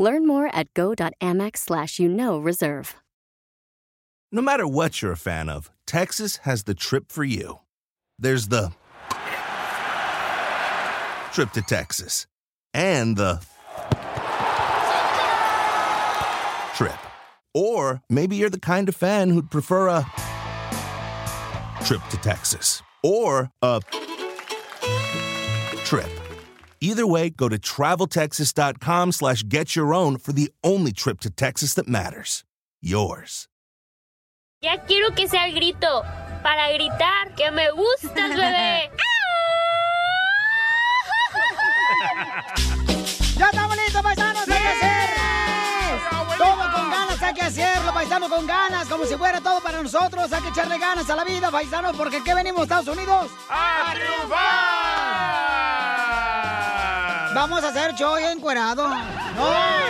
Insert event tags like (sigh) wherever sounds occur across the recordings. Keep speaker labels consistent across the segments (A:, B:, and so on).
A: Learn more at go.amex slash you know reserve.
B: No matter what you're a fan of, Texas has the trip for you. There's the trip to Texas and the trip. Or maybe you're the kind of fan who'd prefer a trip to Texas or a trip. Either way, go to traveltexas.com slash get your own for the only trip to Texas that matters. Yours.
C: Ya quiero que sea el grito para gritar que me gustas, bebé.
D: ¡Ya estamos listos, paisanos! ¡Hay que hacer! Todo con ganas, hay que hacerlo, paisanos, con ganas, como si fuera todo para nosotros. Hay que echarle ganas a la vida, paisanos, porque ¿qué venimos, Estados Unidos?
E: ¡A triunfar!
D: Vamos a hacer show encuerado. No,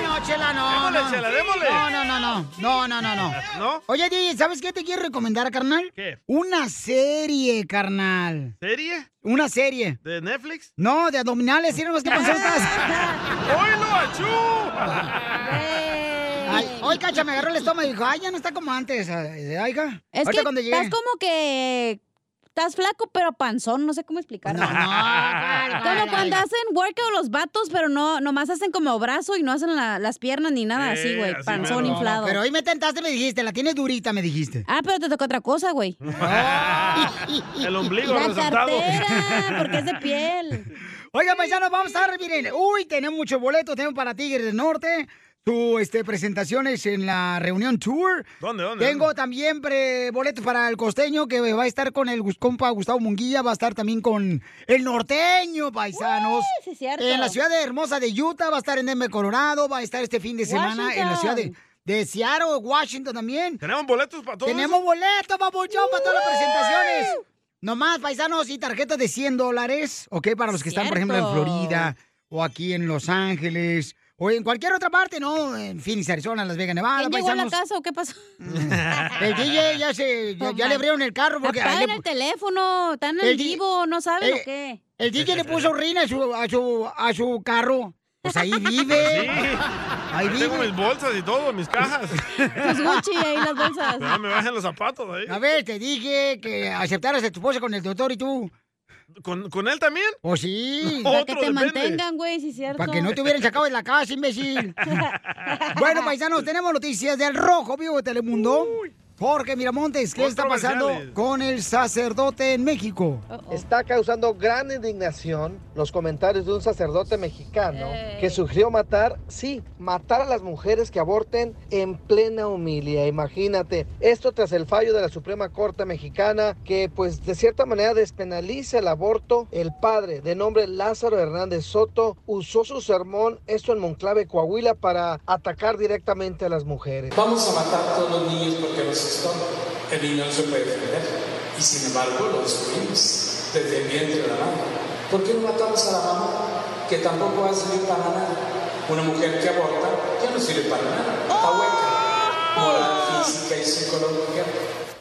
D: no, chela, no.
E: Démosle,
D: no.
E: Chela, démosle.
D: No, no, no, no. No, no, no, no.
E: ¿No?
D: Oye, DJ, ¿sabes qué te quiero recomendar, carnal?
E: ¿Qué?
D: Una serie, carnal.
E: ¿Serie?
D: Una serie.
E: ¿De Netflix?
D: No, de abdominales,
E: (laughs)
D: sírvenos qué pasó estás.
E: ¡Oilo,
F: (laughs)
E: achú!
D: Ay, hoy, cacha, me agarró el estómago y dijo, ay, ya no está como antes. Ay, ja.
F: Es
D: Ahorita
F: que
D: cuando llegué.
F: estás como que... Estás flaco, pero panzón, no sé cómo explicarlo.
D: No, no, Gal, Gal,
F: Como cuando
D: Gal.
F: hacen workout los vatos, pero no, nomás hacen como brazo y no hacen la- las piernas ni nada
E: Eh,
F: así, güey.
E: así
F: Panzón
E: mero.
F: inflado.
D: Pero hoy me tentaste, me dijiste, la tienes durita, me dijiste.
F: Ah, pero te tocó otra cosa, güey.
E: El ombligo
F: La
E: resaltado. (laughs)
F: cartera, porque es de piel.
D: Oiga, paisanos, vamos a ver, miren. Uy, tenemos muchos boletos, tenemos para Tigres del Norte. Tu este, presentaciones en la reunión tour.
E: ¿Dónde, dónde?
D: Tengo también pre- boletos para el costeño que va a estar con el Gus- compa Gustavo Munguía, va a estar también con el norteño, paisanos.
F: Sí, es cierto.
D: En la ciudad de hermosa de Utah, va a estar en Denver, Colorado, va a estar este fin de semana en la ciudad de, de Seattle, Washington también.
E: ¿Tenemos boletos para todos?
D: Tenemos boletos, papuchón, para todas las presentaciones. Nomás, paisanos, y tarjetas de 100 dólares, ¿ok? Para los que están, por ejemplo, en
F: Cierto.
D: Florida o aquí en Los Ángeles o en cualquier otra parte, ¿no? En Phoenix, Arizona, Las Vegas, Nevada,
F: ¿Quién llegó a la
D: paisanos.
F: casa o qué pasó?
D: (laughs) El DJ ya, se, ya,
F: Oh,
D: ya
F: my.
D: le abrieron el carro porque... ah,
F: Apagan
D: le-
F: el teléfono, están
D: El
F: en
D: di-
F: vivo, no saben
D: Eh,
F: o qué.
D: el DJ le puso orina a su, a su, a su carro. Pues ahí vive.
E: (laughs) Sí.
D: Ahí
E: Ahí tengo
D: vive.
E: mis bolsas y todo, mis cajas.
F: Tus Gucci ahí las bolsas.
E: Pero no me bajen los zapatos ahí.
D: A ver, te dije que aceptaras a tu esposa con el doctor y tú.
E: ¿Con, con él también?
D: O sí.
E: Oh.
F: Para que
E: otro
F: te
E: depende.
F: mantengan, güey, sí es cierto.
D: Para que no te hubieran sacado de la casa,
F: (laughs)
D: imbécil. bueno, paisanos, tenemos noticias del Rojo Vivo de Telemundo. Jorge Miramontes, ¿qué está pasando
E: Controversiales.
D: con el sacerdote en México?
F: Oh, oh.
G: Está causando gran indignación los comentarios de un sacerdote mexicano
F: Ey.
G: que sugirió matar, sí, matar a las mujeres que aborten en plena humilia. Imagínate, esto tras el fallo de la Suprema Corte Mexicana que pues de cierta manera despenaliza el aborto. El padre de nombre Lázaro Hernández Soto usó su sermón, esto en Monclave, Coahuila, para atacar directamente a las mujeres.
H: Vamos a matar a todos los niños porque los estorban. El niño no se puede defender. Y sin embargo lo destruimos desde el vientre de la mamá. ¿Por qué no matamos a la mamá? Que tampoco va a servir para nada. Una mujer que aborta ya no sirve para nada. Está hueca.
E: ¡Oh!
H: Moral, física y psicológica.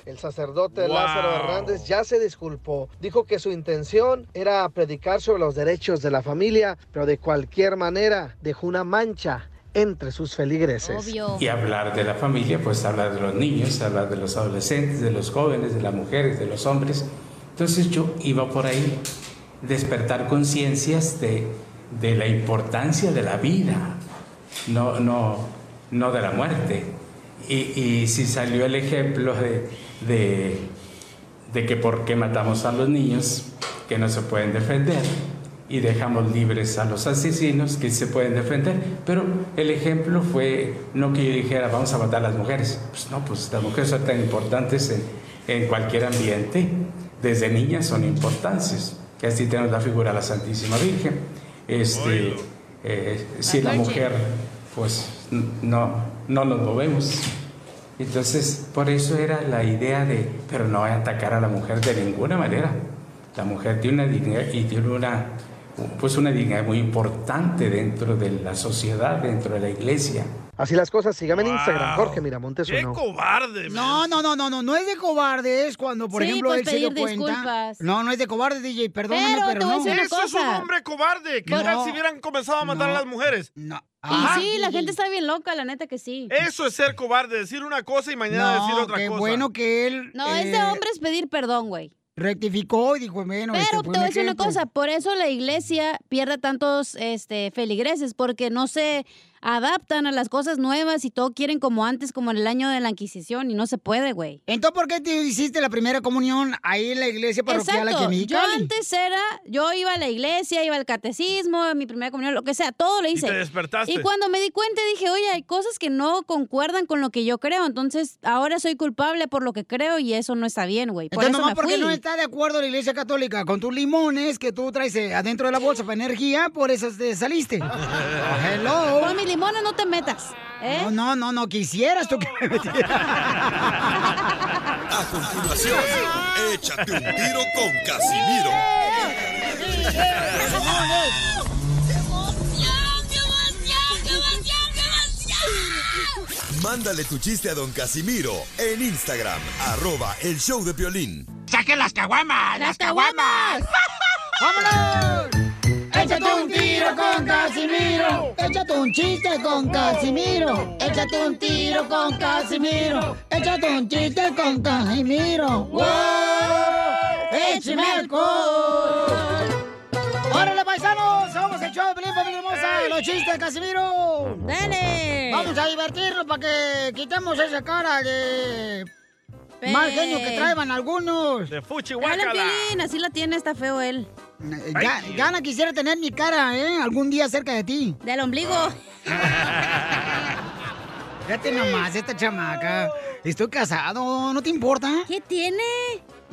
G: El sacerdote
E: Wow.
G: Este Lázaro Hernández ya se disculpó. Dijo que su intención era predicar sobre los derechos de la familia, pero de cualquier manera dejó una mancha entre sus feligreses.
F: Obvio.
H: Y hablar de la familia, pues hablar de los niños, hablar de los adolescentes, de los jóvenes, de las mujeres, de los hombres. Entonces yo iba por ahí, despertar conciencias de, de la importancia de la vida, no, no, no de la muerte. Y, y si salió el ejemplo de, de, de que por qué matamos a los niños que no se pueden defender y dejamos libres a los asesinos que se pueden defender. Pero el ejemplo fue no que yo dijera vamos a matar a las mujeres. Pues no, pues las mujeres son tan importantes en, en cualquier ambiente. Desde niñas son importantes. Y así tenemos la figura de la Santísima Virgen. Este, eh, si la
F: Virgen.
H: mujer, pues n- no, no nos movemos. Entonces, por eso era la idea de, pero no voy a atacar a la mujer de ninguna manera. La mujer tiene una dignidad y tiene una, pues una dignidad muy importante dentro de la sociedad, dentro de la iglesia.
G: Así las cosas, síganme en Instagram, Jorge Miramontes
E: ¡Qué
G: uno.
E: cobarde!
D: No, no, no, no, no, no es de cobarde, es cuando, por
F: Sí,
D: ejemplo,
F: pues,
D: él se dio
F: pedir
D: cuenta.
F: disculpas.
D: No, no es de cobarde, DJ, perdóname,
F: Pero
D: pero,
F: te voy a
D: no.
F: decir una
E: ¡Eso es un
F: cosa.
E: hombre cobarde! ¿Qué
D: No.
E: tal si hubieran comenzado a matar
D: No.
E: a las mujeres?
D: No.
F: y sí, la gente está bien loca, la neta que sí.
E: Eso es ser cobarde, decir una cosa y mañana
D: No,
E: decir otra
D: qué
E: cosa.
D: bueno que él
F: No, es de
D: eh,
F: hombres pedir perdón, güey.
D: rectificó y dijo, bueno, este
F: Pero
D: fue
F: te voy
D: un
F: a decir una
D: ejemplo.
F: cosa, por eso la iglesia pierde tantos este, feligreses, porque no se adaptan a las cosas nuevas y todo quieren como antes, como en el año de la Inquisición, y no se puede, güey.
D: Entonces, ¿por qué te hiciste la primera comunión ahí en la iglesia parroquial aquí en
F: Exacto. Yo
D: Mexicali?
F: antes era, yo iba a la iglesia, iba al catecismo, a mi primera comunión, lo que sea, todo lo
E: Y te
F: hice.
E: despertaste.
F: Y cuando me di cuenta dije, oye, hay cosas que no concuerdan con lo que yo creo, entonces ahora soy culpable por lo que creo y eso no está bien, güey. Por
D: Entonces,
F: eso
D: nomás
F: me
D: porque
F: fui.
D: no está de acuerdo la iglesia católica con tus limones que tú traes eh, adentro de la bolsa para energía, por eso te
F: (laughs)
D: saliste.
I: Ah,
D: Hello.
F: Con mis limones no te metas, ¿eh?
D: No, no, no, no quisieras tú que me metiera.
B: A continuación, échate un tiro con Casimiro. Mándale tu chiste a don Casimiro en Instagram, arroba el show de violín.
F: ¡Las caguamas!
D: ¡Vámonos! Échate un tiro con Casimiro. Échate un chiste con Casimiro. Échate un tiro con Casimiro. Échate un chiste con Casimiro. ¡Wow! ¡Échame alcohol! ¡Órale, paisanos! ¡Somos el show de Pelín, familia hermosa! ¡Los chistes de Casimiro!
F: ¡Dale!
D: Vamos a divertirnos para que quitemos esa cara de
F: Pe-
D: mal genio que traen algunos.
E: De fuchi
F: Dale,
E: guácala.
F: Piolín, así la tiene, está feo él.
D: Ya, Eh, Gana quisiera tener mi cara, ¿eh? Algún día cerca de ti.
F: Del ombligo.
D: (laughs) Fíjate nomás, esta chamaca. Estoy casado, ¿no te importa?
F: ¿Qué tiene?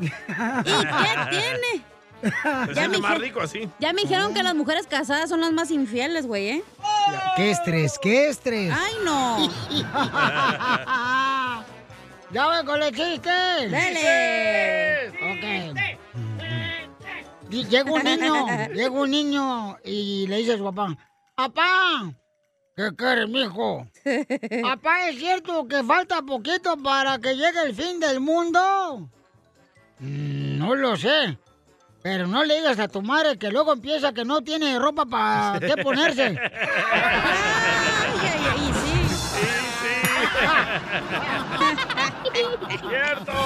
F: ¿Y
D: (laughs)
F: qué tiene?
E: Se
F: Ya
E: siente
F: me
E: más
F: dije-
E: rico así.
F: Ya me dijeron que las mujeres casadas son las más infieles, güey, ¿eh?
D: ¡Qué estrés, qué estrés!
F: ¡Ay, no!
D: (laughs) ¡Ya voy con los chistes!
F: ¡Dale!
D: Ok. Y Llega un niño, llega un niño y le dice a su papá, ¡Papá! ¿Qué quieres, mijo? ¿Papá, es cierto que falta poquito para que llegue el fin del mundo? "Mm, No lo sé. Pero no le digas a tu madre que luego empieza que no tiene ropa para qué ponerse.
F: ¡Ay, ay, ay! Sí.
E: Sí, sí. ¡Cierto!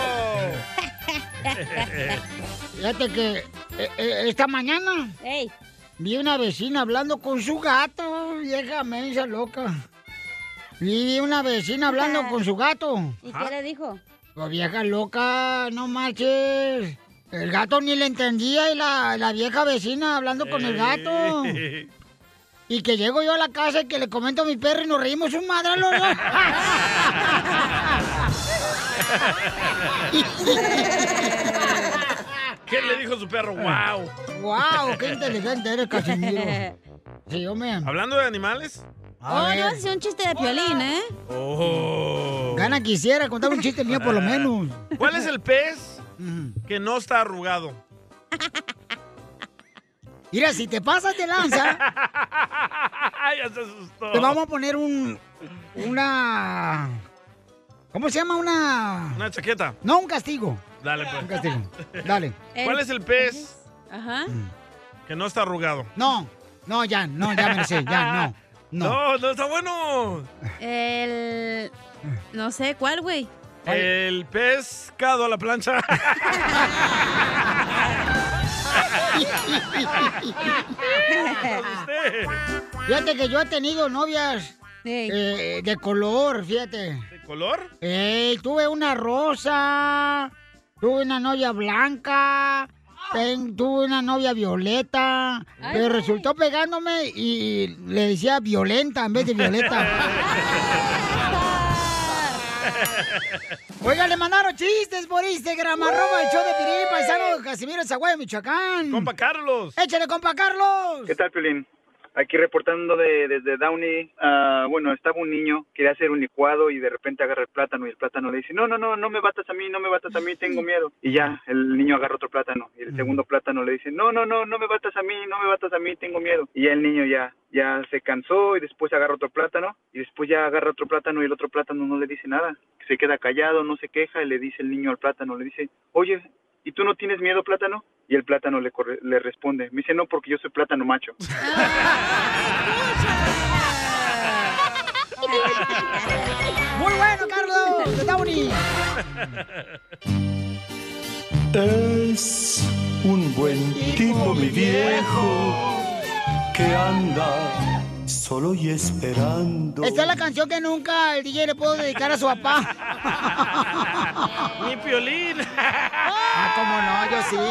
D: Fíjate que eh, eh, esta mañana
F: ¡Ey!
D: Vi una vecina hablando con su gato, vieja mensa loca. Vi una vecina hablando con su gato.
F: ¿Y qué le dijo?
D: La vieja loca, no marches. El gato ni le entendía y la, la vieja vecina hablando con el gato. Y que llego yo a la casa y que le comento a mi perro y nos reímos un madre los dos.
E: ¿Qué le dijo su perro? ¡Wow!
D: ¡Wow! ¡Qué inteligente eres,
F: (laughs)
D: Casimiro! Sí, hombre.
E: Hablando de animales.
D: A
F: oh, no,
D: ver,
F: es un chiste de Piolín, ¿eh?
E: Oh.
D: Gana quisiera contar un chiste mío por lo menos.
E: ¿Cuál es el pez que no está arrugado?
D: Mira, si te pasas
E: (laughs)
D: de lanza...
E: ya se asustó.
D: ¿ah? Te vamos a poner un. Una. ¿Cómo se llama? Una.
E: Una chaqueta.
D: No, un castigo.
E: Dale,
D: Un
E: pues.
D: castigo. Dale.
F: El-
E: ¿Cuál es el pez
F: Ajá.
E: que no está arrugado?
D: No, no, ya, no, ya me lo sé,
E: (laughs)
D: ya, no. No.
E: No, no está bueno.
F: El... No sé, ¿cuál, güey?
E: El pescado a la plancha. (laughs) Usted.
D: Fíjate que yo he tenido novias
F: Ey.
D: eh, de color, fíjate.
E: ¿De color?
D: Ey, tuve una rosa. Tuve una novia blanca. ten- tuve una novia violeta.
F: Ay,
D: Pero
F: ay.
D: resultó pegándome y le decía violenta en vez de violeta. Oiga, le mandaron chistes por Instagram, arroba el show de Pirín, paisano Casimiro Zaguay, Michoacán.
E: Compa Carlos.
D: Échale, compa
E: (laughs)
D: Carlos.
J: ¿Qué tal, Piolín?
K: Aquí reportando de- desde Downey, ah, bueno, estaba un niño, quería hacer un licuado y de repente agarra el plátano y el plátano le dice, no, no, no, no me batas a mí, no me batas a mí, tengo miedo. Y ya, el niño agarra otro plátano y el segundo plátano le dice, no, no, no, no me batas a mí, no me batas a mí, tengo miedo. Y ya el niño ya, ya se cansó y después agarra otro plátano y después ya agarra otro plátano y el otro plátano no le dice nada. Se queda callado, no se queja y le dice el niño al plátano, le dice, oye, ¿y tú no tienes miedo, plátano? Y el plátano le, corre- le responde, me dice, no, porque yo soy plátano macho.
D: Muy bueno, Carlos, de Downey.
L: Es un buen tipo, mi viejo, que anda solo y esperando.
D: Esta es la canción que nunca el DJ le puedo dedicar a su papá.
E: (laughs) Ni piolín.
D: Ah, cómo no, yo sí.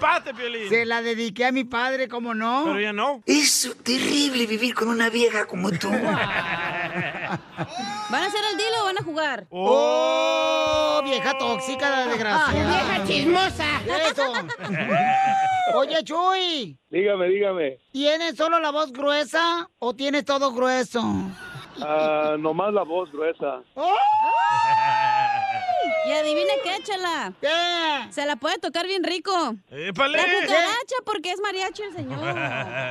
E: Pate, piolín.
D: Se la dediqué a mi padre, cómo no.
E: Pero ya no.
D: Es terrible vivir con una vieja como tú.
F: ¿Van a hacer el deal o van a jugar?
D: (laughs) ¡Oh! Vieja tóxica, la desgraciada.
F: Ah, Vieja chismosa.
D: Eso. Oye, Chuy,
M: Dígame, dígame.
D: ¿tienes solo la voz gruesa o tienes todo grueso?
M: Ah, nomás la voz gruesa.
F: Y adivina qué, chala. Se la puede tocar bien rico.
E: ¡Épale!
F: La
M: Eh,
F: cucaracha, porque es mariachi el señor.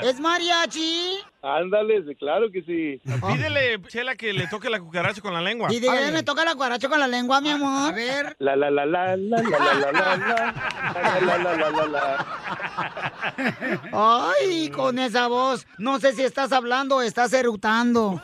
D: ¿Es mariachi?
M: Ándale, sí, claro que sí.
E: Pídele, Chela, que le toque la cucaracha con la lengua.
D: Y de me toca la cuaracha con la lengua,
E: Ah,
D: mi amor. A ver.
M: La la la la la la la la la la la la la la la.
D: Ay, con esa voz. No sé si estás hablando o estás eructando.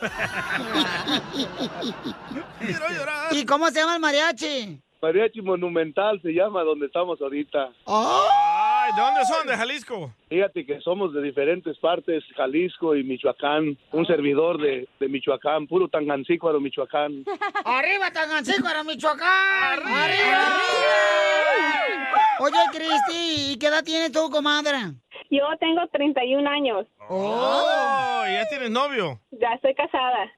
D: ¿Y cómo se llama el mariachi?
M: Mariachi Monumental se llama donde estamos ahorita.
E: Ay, ¿de dónde son? ¿De Jalisco?
M: Fíjate que somos de diferentes partes, Jalisco y Michoacán. Un servidor de, de Michoacán, puro tangancícuaro Michoacán.
D: ¡Arriba, Tangancícuaro, Michoacán! ¡Arriba! Oye, Cristi, ¿y qué edad tienes tú, comadre?
N: Yo tengo 31 años.
E: Oh, ¿ya tienes
D: (laughs)
E: novio?
N: Ya estoy casada.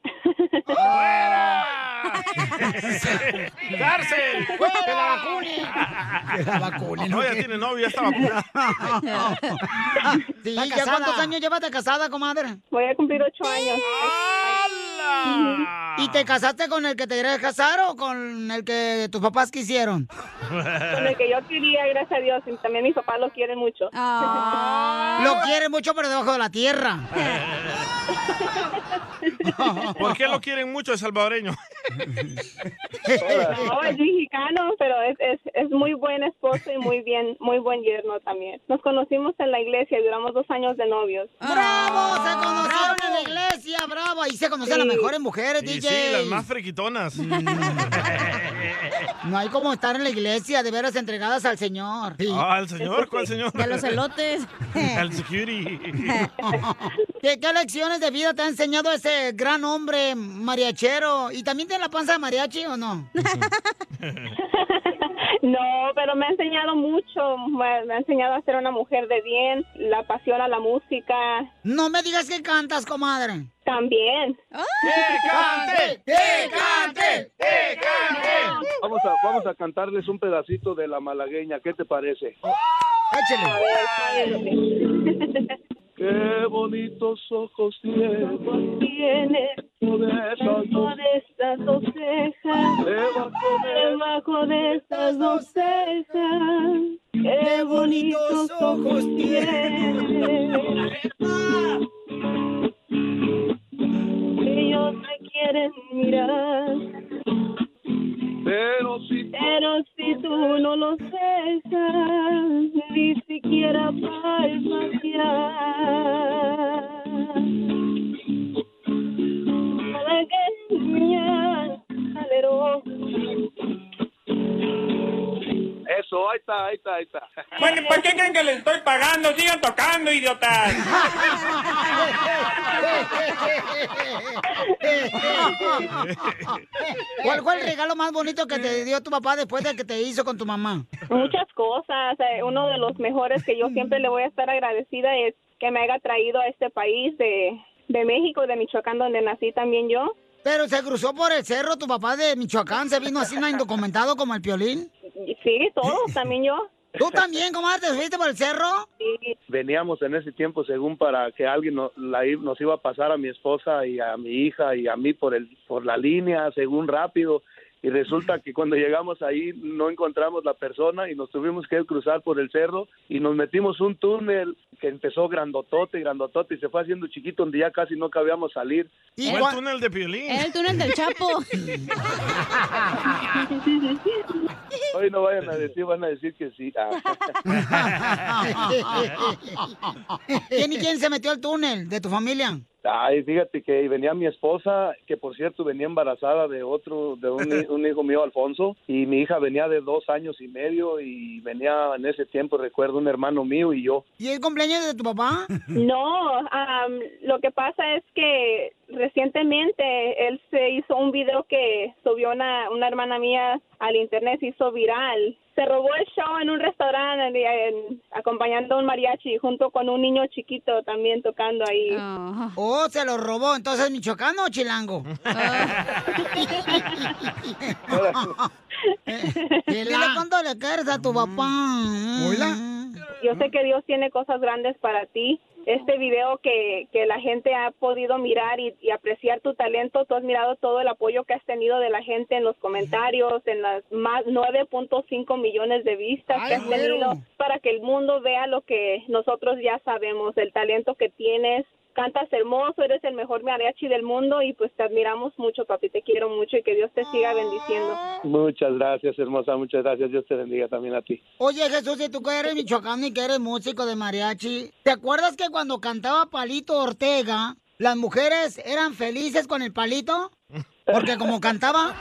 E: ¡Cárcel!
D: ¡Que la vacunen! ¡Que la vacunen!
E: No, ya tiene novio, ya está
D: (laughs)
E: vacunada.
D: Sí,
E: Está
D: ¿ya
E: casada.
D: cuántos años llevas de casada, comadre?
N: Voy a cumplir ocho años.
D: ¿Y te casaste con el que te querías casar o con el que tus papás quisieron?
N: Con el que yo quería, gracias a Dios. Y también mis papás lo quieren
D: (laughs)
N: mucho.
D: Lo quieren mucho, pero debajo de la tierra.
E: ¿Por qué lo quieren mucho el
D: (laughs)
E: salvadoreño?
N: (laughs) No, es mexicano, pero es, es, es muy buen esposo y muy bien, muy buen yerno también. Nos conocimos en la iglesia y duramos dos años de novios.
D: Ah. ¡Bravo! Se conocieron en la iglesia, bravo. Ahí se conocen las mejores mujeres, Mm.
E: Y
D: DJ.
E: sí, las más friquitonas.
D: No hay como estar en la iglesia, de veras entregadas al Señor. Sí.
E: Ah, ¿al Señor? ¿Cuál Señor? De los
D: elotes.
E: (laughs) (laughs) Al security.
D: (laughs) ¿Qué, qué lecciones de vida te ha enseñado ese gran hombre mariachero? ¿Y también tiene la panza de mariachi o
E: (laughs)
D: no? (laughs)
N: No, pero me ha enseñado mucho. Me, me ha enseñado a ser una mujer de bien, la pasión a la música.
D: No me digas que cantas, comadre. Ah.
N: También.
E: ¡Que
D: cante! ¡Que cante!
M: Vamos a, vamos a cantarles un pedacito de la malagueña, ¿qué te parece? Qué bonitos ojos tienes,
N: Tiene debajo de estas dos cejas, debajo de estas dos cejas, qué bonitos ojos tienes. Ellos te quieren mirar,
M: pero si
N: pero si tú no los dejas, ni siquiera palpatear. Malagueña, alero.
M: Eso, ahí está, ahí está, ahí está.
O: Bueno, ¿y ¿para qué creen que les estoy pagando? Sigan tocando, idiotas.
D: ¿Cuál fue el regalo más bonito que te dio tu papá después de que te hizo con tu mamá?
N: Muchas cosas. eh, Uno de los mejores que yo siempre le voy a estar agradecida es que me haya traído a este país de, de México, de Michoacán, donde nací también yo.
D: Pero se cruzó por el cerro tu papá de Michoacán, se vino así no indocumentado como el piolín.
N: Sí, todos, también yo.
D: ¿Tú también, comadre, te subiste por el
N: (laughs)
D: cerro?
M: Veníamos en ese tiempo según para que alguien no- la i- nos iba a pasar a mi esposa y a mi hija y a mí por, el, por la línea, según rápido. Y resulta que cuando llegamos ahí no encontramos la persona y nos tuvimos que cruzar por el cerro y nos metimos un túnel que empezó grandotote, grandotote y se fue haciendo chiquito donde ya casi no cabíamos salir.
E: Fue el túnel de Piolín.
F: El túnel del Chapo.
M: Hoy no vayan a decir, van a decir que sí. Ah.
D: ¿Quién y quién se metió al túnel de tu familia?
M: Ay, fíjate que venía mi esposa, que por cierto venía embarazada de otro, de un, hi- un hijo mío, Alfonso, y mi hija venía de dos años y medio y venía en ese tiempo, recuerdo, un hermano mío y yo.
D: ¿Y el cumpleaños de tu papá?
N: (laughs) No, am, lo que pasa es que recientemente él se hizo un video que subió una, una hermana mía al internet, se hizo viral. Se robó el show en un restaurante en- en- acompañando a un mariachi junto con un niño chiquito también tocando ahí.
D: Oh, se lo robó. Entonces, ¿michoacano o
N: (laughs)
D: chilango? Eh, (laughs) Dile cuánto le quieres a tu papá.
N: Yo sé que Dios tiene cosas grandes para ti. Este video que, que la gente ha podido mirar y, y apreciar tu talento, tú has mirado todo el apoyo que has tenido de la gente en los comentarios, en las más 9.5 millones de vistas que has tenido, para que el mundo vea lo que nosotros ya sabemos, el talento que tienes. Cantas hermoso, eres el mejor mariachi del mundo y pues te admiramos mucho, papi. Te quiero mucho y que Dios te siga bendiciendo.
M: Muchas gracias, hermosa, muchas gracias. Dios te bendiga también a ti.
D: Oye, Jesús, si tú que eres michoacano y que eres músico de mariachi, ¿te acuerdas que cuando cantaba Palito Ortega, las mujeres eran felices con el palito? Porque como cantaba...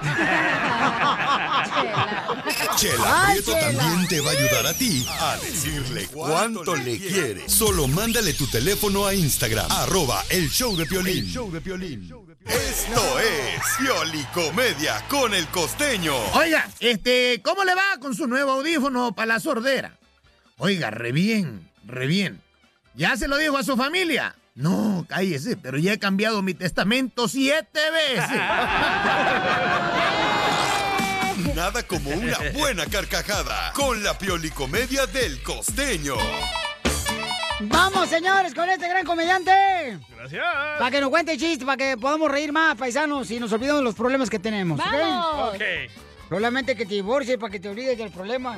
L: Chela
D: Ay,
L: Prieto
D: Chela.
L: también te va a ayudar a ti a decirle cuánto le quiere. Solo mándale tu teléfono a Instagram, arroba el show de Piolín. Esto es Pioli Comedia con el costeño.
I: Oiga, este, ¿cómo le va con su nuevo audífono para la sordera? Oiga, re bien, re bien. ¿Ya se lo dijo a su familia? No, cállese, pero ya he cambiado mi testamento siete veces.
L: Nada como una buena carcajada con la Pioli Comedia del costeño.
D: Vamos, señores, con este gran comediante.
E: Gracias.
D: Para que nos cuente chistes, para que podamos reír más, paisanos, y nos olvidemos de los problemas que tenemos. ¿ok?
E: ¡Vamos! Ok.
D: Solamente que te divorcies para que te olvides del problema.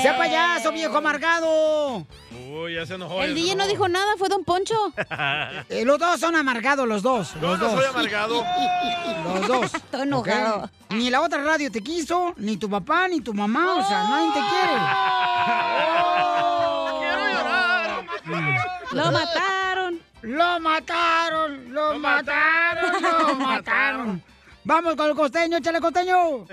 D: (laughs) ¡Sea payaso, viejo amargado!
E: Uy, ya se enojó.
F: El DJ no dijo nada, fue (laughs) Don Poncho.
D: (laughs) Eh, los dos son amargados, los dos.
E: Yo
D: los
E: no
D: dos.
E: soy amargado.
D: Los dos.
F: (laughs) Estoy enojado.
D: ¿ok? Ni la otra radio te quiso, ni tu papá, ni tu mamá, o
F: Oh.
D: sea, nadie te quiere.
F: Lo mataron.
D: Lo mataron, lo, mataron, lo mataron. Vamos con el costeño, chale costeño.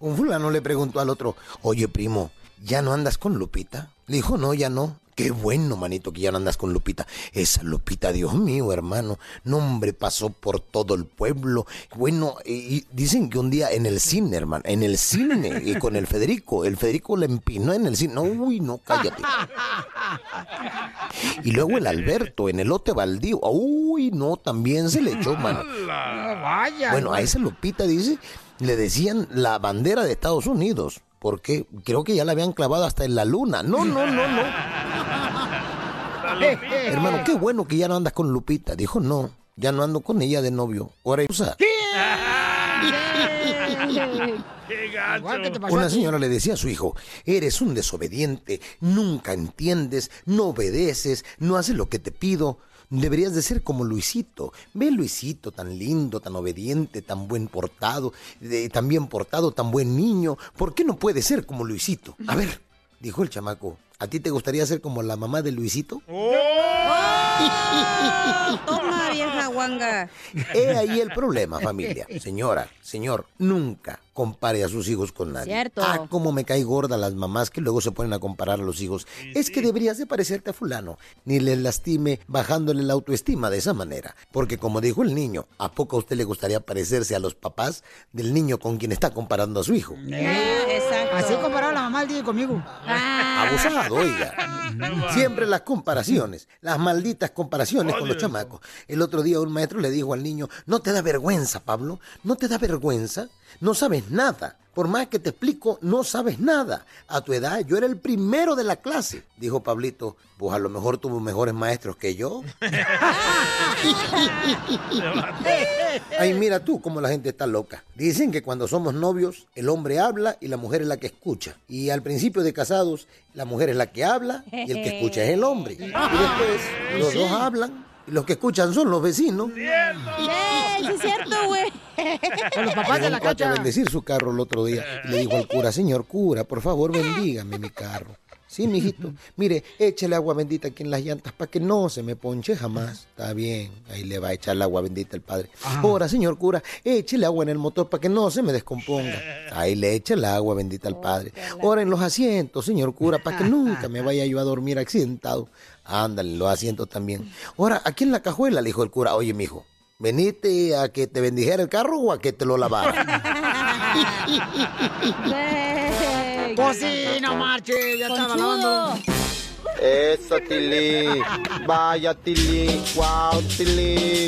P: Un fulano le preguntó al otro, oye primo, ¿ya no andas con Lupita? Le dijo, no, ya no. Qué bueno, manito, que ya no andas con Lupita. Esa Lupita, Dios mío, hermano, nombre pasó por todo el pueblo. Bueno, y, y dicen que un día en el cine, hermano, en el cine, y con el Federico, el Federico le empinó en el cine. No, uy, no, cállate. Y luego el Alberto, en el lote baldío. Uy, no, también se le echó, mano.
D: No, vaya.
P: Bueno, a esa Lupita, dice, le decían la bandera de Estados Unidos, porque creo que ya la habían clavado hasta en la luna. No, no, no, no. Hermano, qué bueno que ya no andas con Lupita. Dijo, no, ya no ando con ella de novio. Ahora, usa.
E: ¡Qué gacho!
P: Una señora le decía a su hijo, eres un desobediente, nunca entiendes, no obedeces, no haces lo que te pido. Deberías de ser como Luisito. Ve Luisito, tan lindo, tan obediente, tan buen portado, de- tan bien portado, tan buen niño. ¿Por qué no puedes ser como Luisito? A ver, dijo el chamaco, ¿a ti te gustaría ser como la mamá de Luisito?
Q: (laughs) Toma, vieja guanga.
P: He ahí el problema, familia. Señora, señor, nunca compare a sus hijos con nadie.
Q: Cierto.
P: Ah, cómo me cae gorda las mamás que luego se ponen a comparar a los hijos. Es que deberías de parecerte a fulano, ni les lastime bajándole la autoestima de esa manera. Porque como dijo el niño, ¿a poco a usted le gustaría parecerse a los papás del niño con quien está comparando a su hijo?
D: Eh,
Q: Exacto.
D: Así comparaba la mamá del día conmigo.
F: Ah.
P: Abusado, oiga. Siempre las comparaciones, las malditas comparaciones con los chamacos. El otro día un maestro le dijo al niño, ¿no te da vergüenza, Pablo? ¿No te da vergüenza? No sabes nada. Por más que te explico, no sabes nada. A tu edad yo era el primero de la clase. Dijo Pablito, pues a lo mejor tuvo mejores maestros que yo. Ay, mira tú cómo la gente está loca. Dicen que cuando somos novios, el hombre habla y la mujer es la que escucha. Y al principio de casados, la mujer es la que habla y el que escucha es el hombre. Y después los dos hablan y los que escuchan son los vecinos.
F: ¡Eh, sí es cierto, güey!
D: Con los papás
P: Llegó
D: de
P: un
D: la
P: cuate a
D: cacha.
P: bendecir su carro el otro día. Y le dijo al cura, señor cura, por favor bendígame mi carro. Sí, mijito. Mire, échale agua bendita aquí en las llantas para que no se me ponche jamás. Está bien. Ahí le va a echar el agua bendita el padre. Ahora, señor cura, échele agua en el motor para que no se me descomponga. Ahí le echa el agua bendita
M: Oh,
P: al padre. Ahora en los asientos, señor cura, para que nunca me vaya yo a dormir accidentado. Ándale, los asientos también. Ahora, aquí en la cajuela le dijo el cura, oye, mijo, ¿veniste a que te bendijera el carro o a que te lo lavara?
D: Pues sí, no marches, ya estaba lavando.
O: Eso, Tilly. Vaya, Tilly. Wow, Tilly.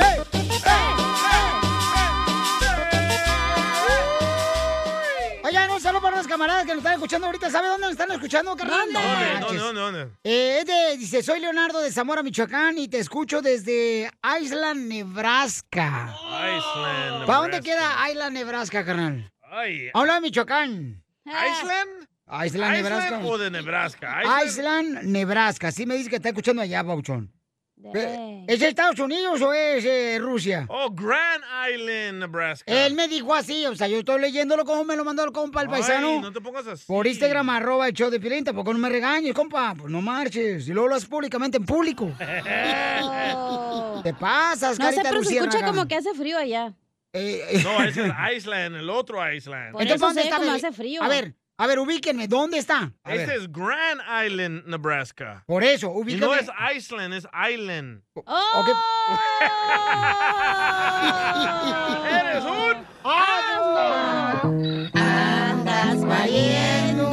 D: Oigan, un saludo para unos camaradas que nos están escuchando ahorita. ¿Sabe dónde nos están escuchando, carnal? No,
E: ¿Dónde, dónde, dónde?
D: Eh, es de- dice, soy Leonardo de Zamora, Michoacán, y te escucho desde Island, Nebraska.
E: Iceland.
D: ¿Para dónde
E: Nebraska.
D: queda Island, Nebraska, carnal?
E: Ay,
D: Habla de Michoacán.
E: ¿Iceland?
D: Island, Nebraska.
E: o de Nebraska?
D: Island, Nebraska. Sí me dice que está escuchando allá, Bauchón. Eh, ¿Es Estados Unidos o es eh, Rusia?
E: Oh, Grand Island, Nebraska.
D: Él me dijo así, o sea, yo estoy leyéndolo como me lo mandó el compa el
E: Ay,
D: paisano.
E: no te pongas así.
D: Por Instagram, arroba el show de Piolín, tampoco no me regañes, compa. Pues no marches. Y luego lo haces públicamente en
F: (laughs)
D: público.
F: Eh.
D: Te pasas,
F: No sé,
D: carita
F: pero se
D: luciérnaga. Eh,
F: escucha como que hace frío allá.
E: (laughs) No, ese es Iceland, el otro Iceland.
D: Entonces, ¿dónde
F: sé
D: está?
F: cómo
D: Beli-
F: hace frío.
D: A ver, a ver, ubíquenme. ¿Dónde está? A
E: Este
D: ver.
E: es Grand Island, Nebraska.
D: Por eso,
E: Y
D: ubíquenme.
E: no es Iceland, es Island.
F: ¡Oh!
D: ¿O
F: (laughs)
D: qué?
E: ¡Eres un
F: Andas valiendo.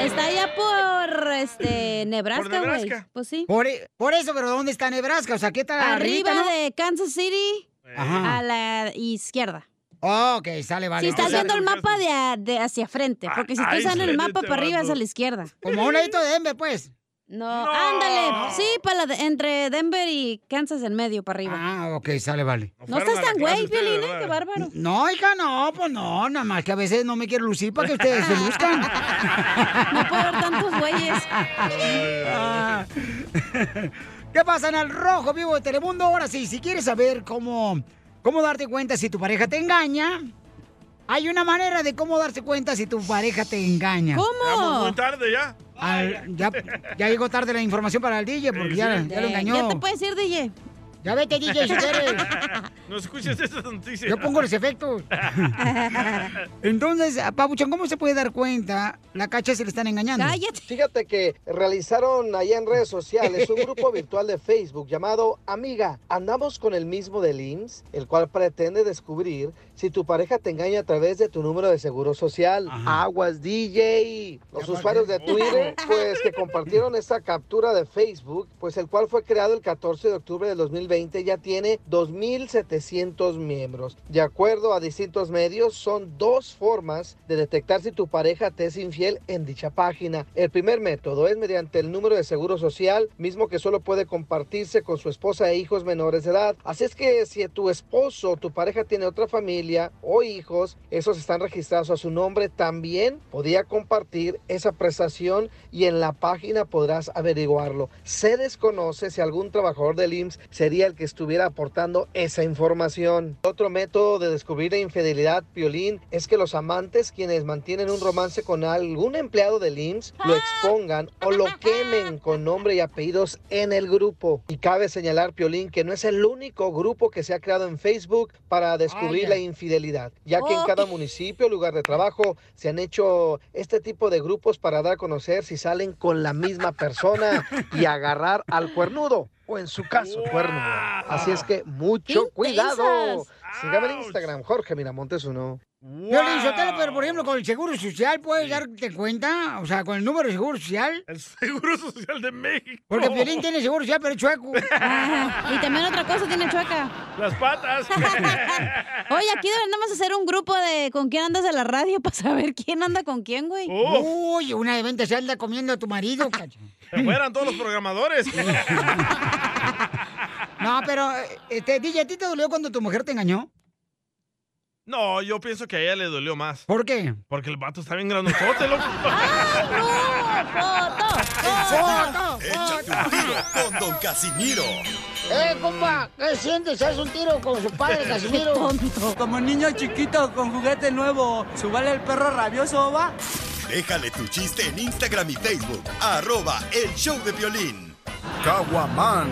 F: Está allá por este Nebraska, güey.
D: Nebraska.
F: Pues sí.
D: Por, e- por eso, pero ¿dónde está Nebraska? O sea, ¿qué tal?
F: Arriba
D: ¿no?
F: de Kansas City
D: Ajá.
F: a la izquierda.
D: Oh, Ok, sale, vale.
F: si estás
D: Entonces,
F: viendo el mapa de, a- de hacia frente, porque si estás en el
D: Iceland,
F: mapa
D: este
F: para arriba es
D: vato.
F: a la izquierda.
D: Como un ladito de Denver, pues.
F: No, ándale. Sí, para la de- entre Denver y Kansas en medio para arriba.
D: Ah, ok, sale, vale.
F: no estás tan güey, Piolín, ¿eh? qué bárbaro.
D: No, hija, no, pues no, nada más que a veces no me quiero lucir para que ustedes se
F: (laughs)
D: luzcan. No
F: puedo ver tantos güeyes.
D: (laughs) ¿Qué pasa en el rojo vivo de Telemundo? Ahora sí, si quieres saber cómo, cómo darte cuenta si tu pareja te engaña, hay una manera de cómo darse cuenta si tu pareja te engaña.
E: Vamos muy tarde
F: (laughs)
E: ya.
D: Al- ya, ya llegó tarde la información para el DJ porque ya, ya lo engañó.
F: Ya te puedes ir, DJ.
D: Ya vete, DJ, si
E: (laughs)
D: quieres.
E: No escuches esas noticias.
D: Yo pongo los efectos. Entonces, Pabuchón, ¿cómo se puede dar cuenta? La cacha se le están engañando.
G: Fíjate que realizaron allá en redes sociales un
E: (laughs)
G: grupo virtual de Facebook llamado Amiga, andamos con el mismo del IMSS, el cual pretende descubrir si tu pareja te engaña a través de tu número de seguro social. Aguas DJ. Los usuarios de Twitter, (laughs) pues que compartieron esta captura de Facebook, pues el cual fue creado el 14 de octubre del 2020, ya tiene 2.700 miembros. De acuerdo a distintos medios, son dos formas de detectar si tu pareja te es infiel en dicha página. El primer método es mediante el número de seguro social, mismo que solo puede compartirse con su esposa e hijos menores de edad. Así es que si tu esposo o tu pareja tiene otra familia o hijos, esos están registrados a su nombre, también podía compartir esa prestación y en la página podrás averiguarlo. Se desconoce si algún trabajador del IMSS sería el que estuviera aportando esa información. Otro método de descubrir la infidelidad, Piolín, es que los amantes quienes mantienen un romance con algún empleado del IMSS lo expongan o lo quemen con nombre y apellidos en el grupo. Y cabe señalar, Piolín, que no es el único grupo que se ha creado en Facebook para descubrir
R: Vaya.
G: la infidelidad, ya que en
R: Oh.
G: cada municipio, lugar de trabajo, se han hecho este tipo de grupos para dar a conocer si salen con la misma persona y agarrar al cuernudo. O en su caso, cuerno. Así es que mucho cuidado. Sígame en Instagram, Jorge Miramontes uno.
D: Violín Sotelo, pero por ejemplo, con el seguro social puedes darte cuenta, o sea, con el número de seguro social. El seguro social de México. Porque Violín tiene seguro social, pero es chueco. Ah,
F: y también otra cosa tiene chueca.
E: (laughs) Las patas.
F: (laughs) Oye, aquí deberíamos hacer un grupo de con quién andas de la radio (laughs) para saber quién anda con quién, güey.
D: Uy, una de 20 se anda comiendo a tu marido, cacho.
E: Se fueran todos los programadores.
D: No, pero, eh, este, DJ, ¿a ti te dolió cuando tu mujer te engañó?
E: No, yo pienso que a ella le dolió más.
D: ¿Por qué?
E: Porque el vato está bien granotote,
D: (laughs)
E: loco.
D: ¡Foto!
L: Échate un tiro con Don Casimiro.
D: ¡Eh, compa! ¿Qué sientes? ¿Haz un tiro con su (laughs) padre, Casimiro?
R: Como niño chiquito con juguete nuevo, ¿subale el perro rabioso, va?
L: Déjale tu chiste en Instagram y Facebook. Arroba el show de violín. Caguaman.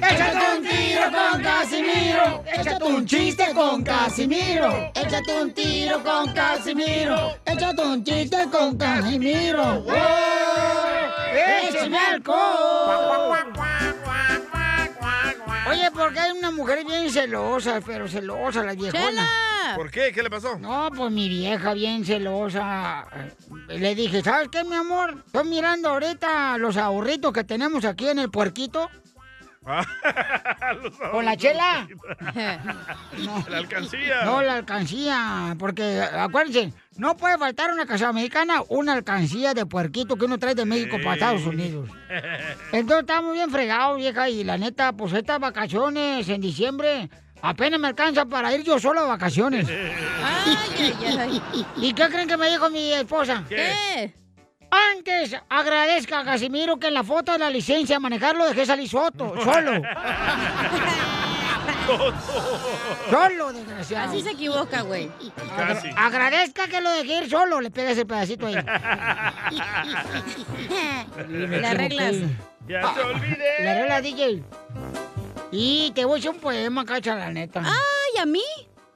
D: Échate un tiro con Casimiro. Échate un chiste con Casimiro. Échate un tiro con Casimiro. Échate un chiste con Casimiro. ¡Wow! ¡Échame alcohol! Oye, ¿por qué hay una mujer bien celosa, pero celosa, la viejona?
E: ¿Por qué? ¿Qué le pasó?
D: No, pues mi vieja bien celosa. Le dije, ¿sabes qué, mi amor? Estoy mirando ahorita los ahorritos que tenemos aquí en
E: (laughs)
D: el puerquito. ¿Con la chela?
E: (laughs) La alcancía.
D: No, la alcancía, porque acuérdense, no puede faltar una casa mexicana, una alcancía de puerquito que uno trae de México para Estados Unidos. Entonces estábamos bien fregados, vieja, y la neta, pues estas vacaciones en diciembre apenas me alcanza para ir yo solo a (laughs) vacaciones. (laughs) ¿Y qué creen que me dijo mi esposa?
F: ¿Qué?
D: Antes agradezca a Casimiro que en la foto de la licencia a manejar lo dejé salir soto, solo. Solo, desgraciado.
F: Así se equivoca, güey.
D: Agra- agradezca que lo dejé ir solo, le pegas el pedacito ahí.
F: Las reglas.
E: Ya te olvidé.
D: La regla, DJ. Y te voy a echar un poema, cacha, la neta.
F: Ay, ¿a mí?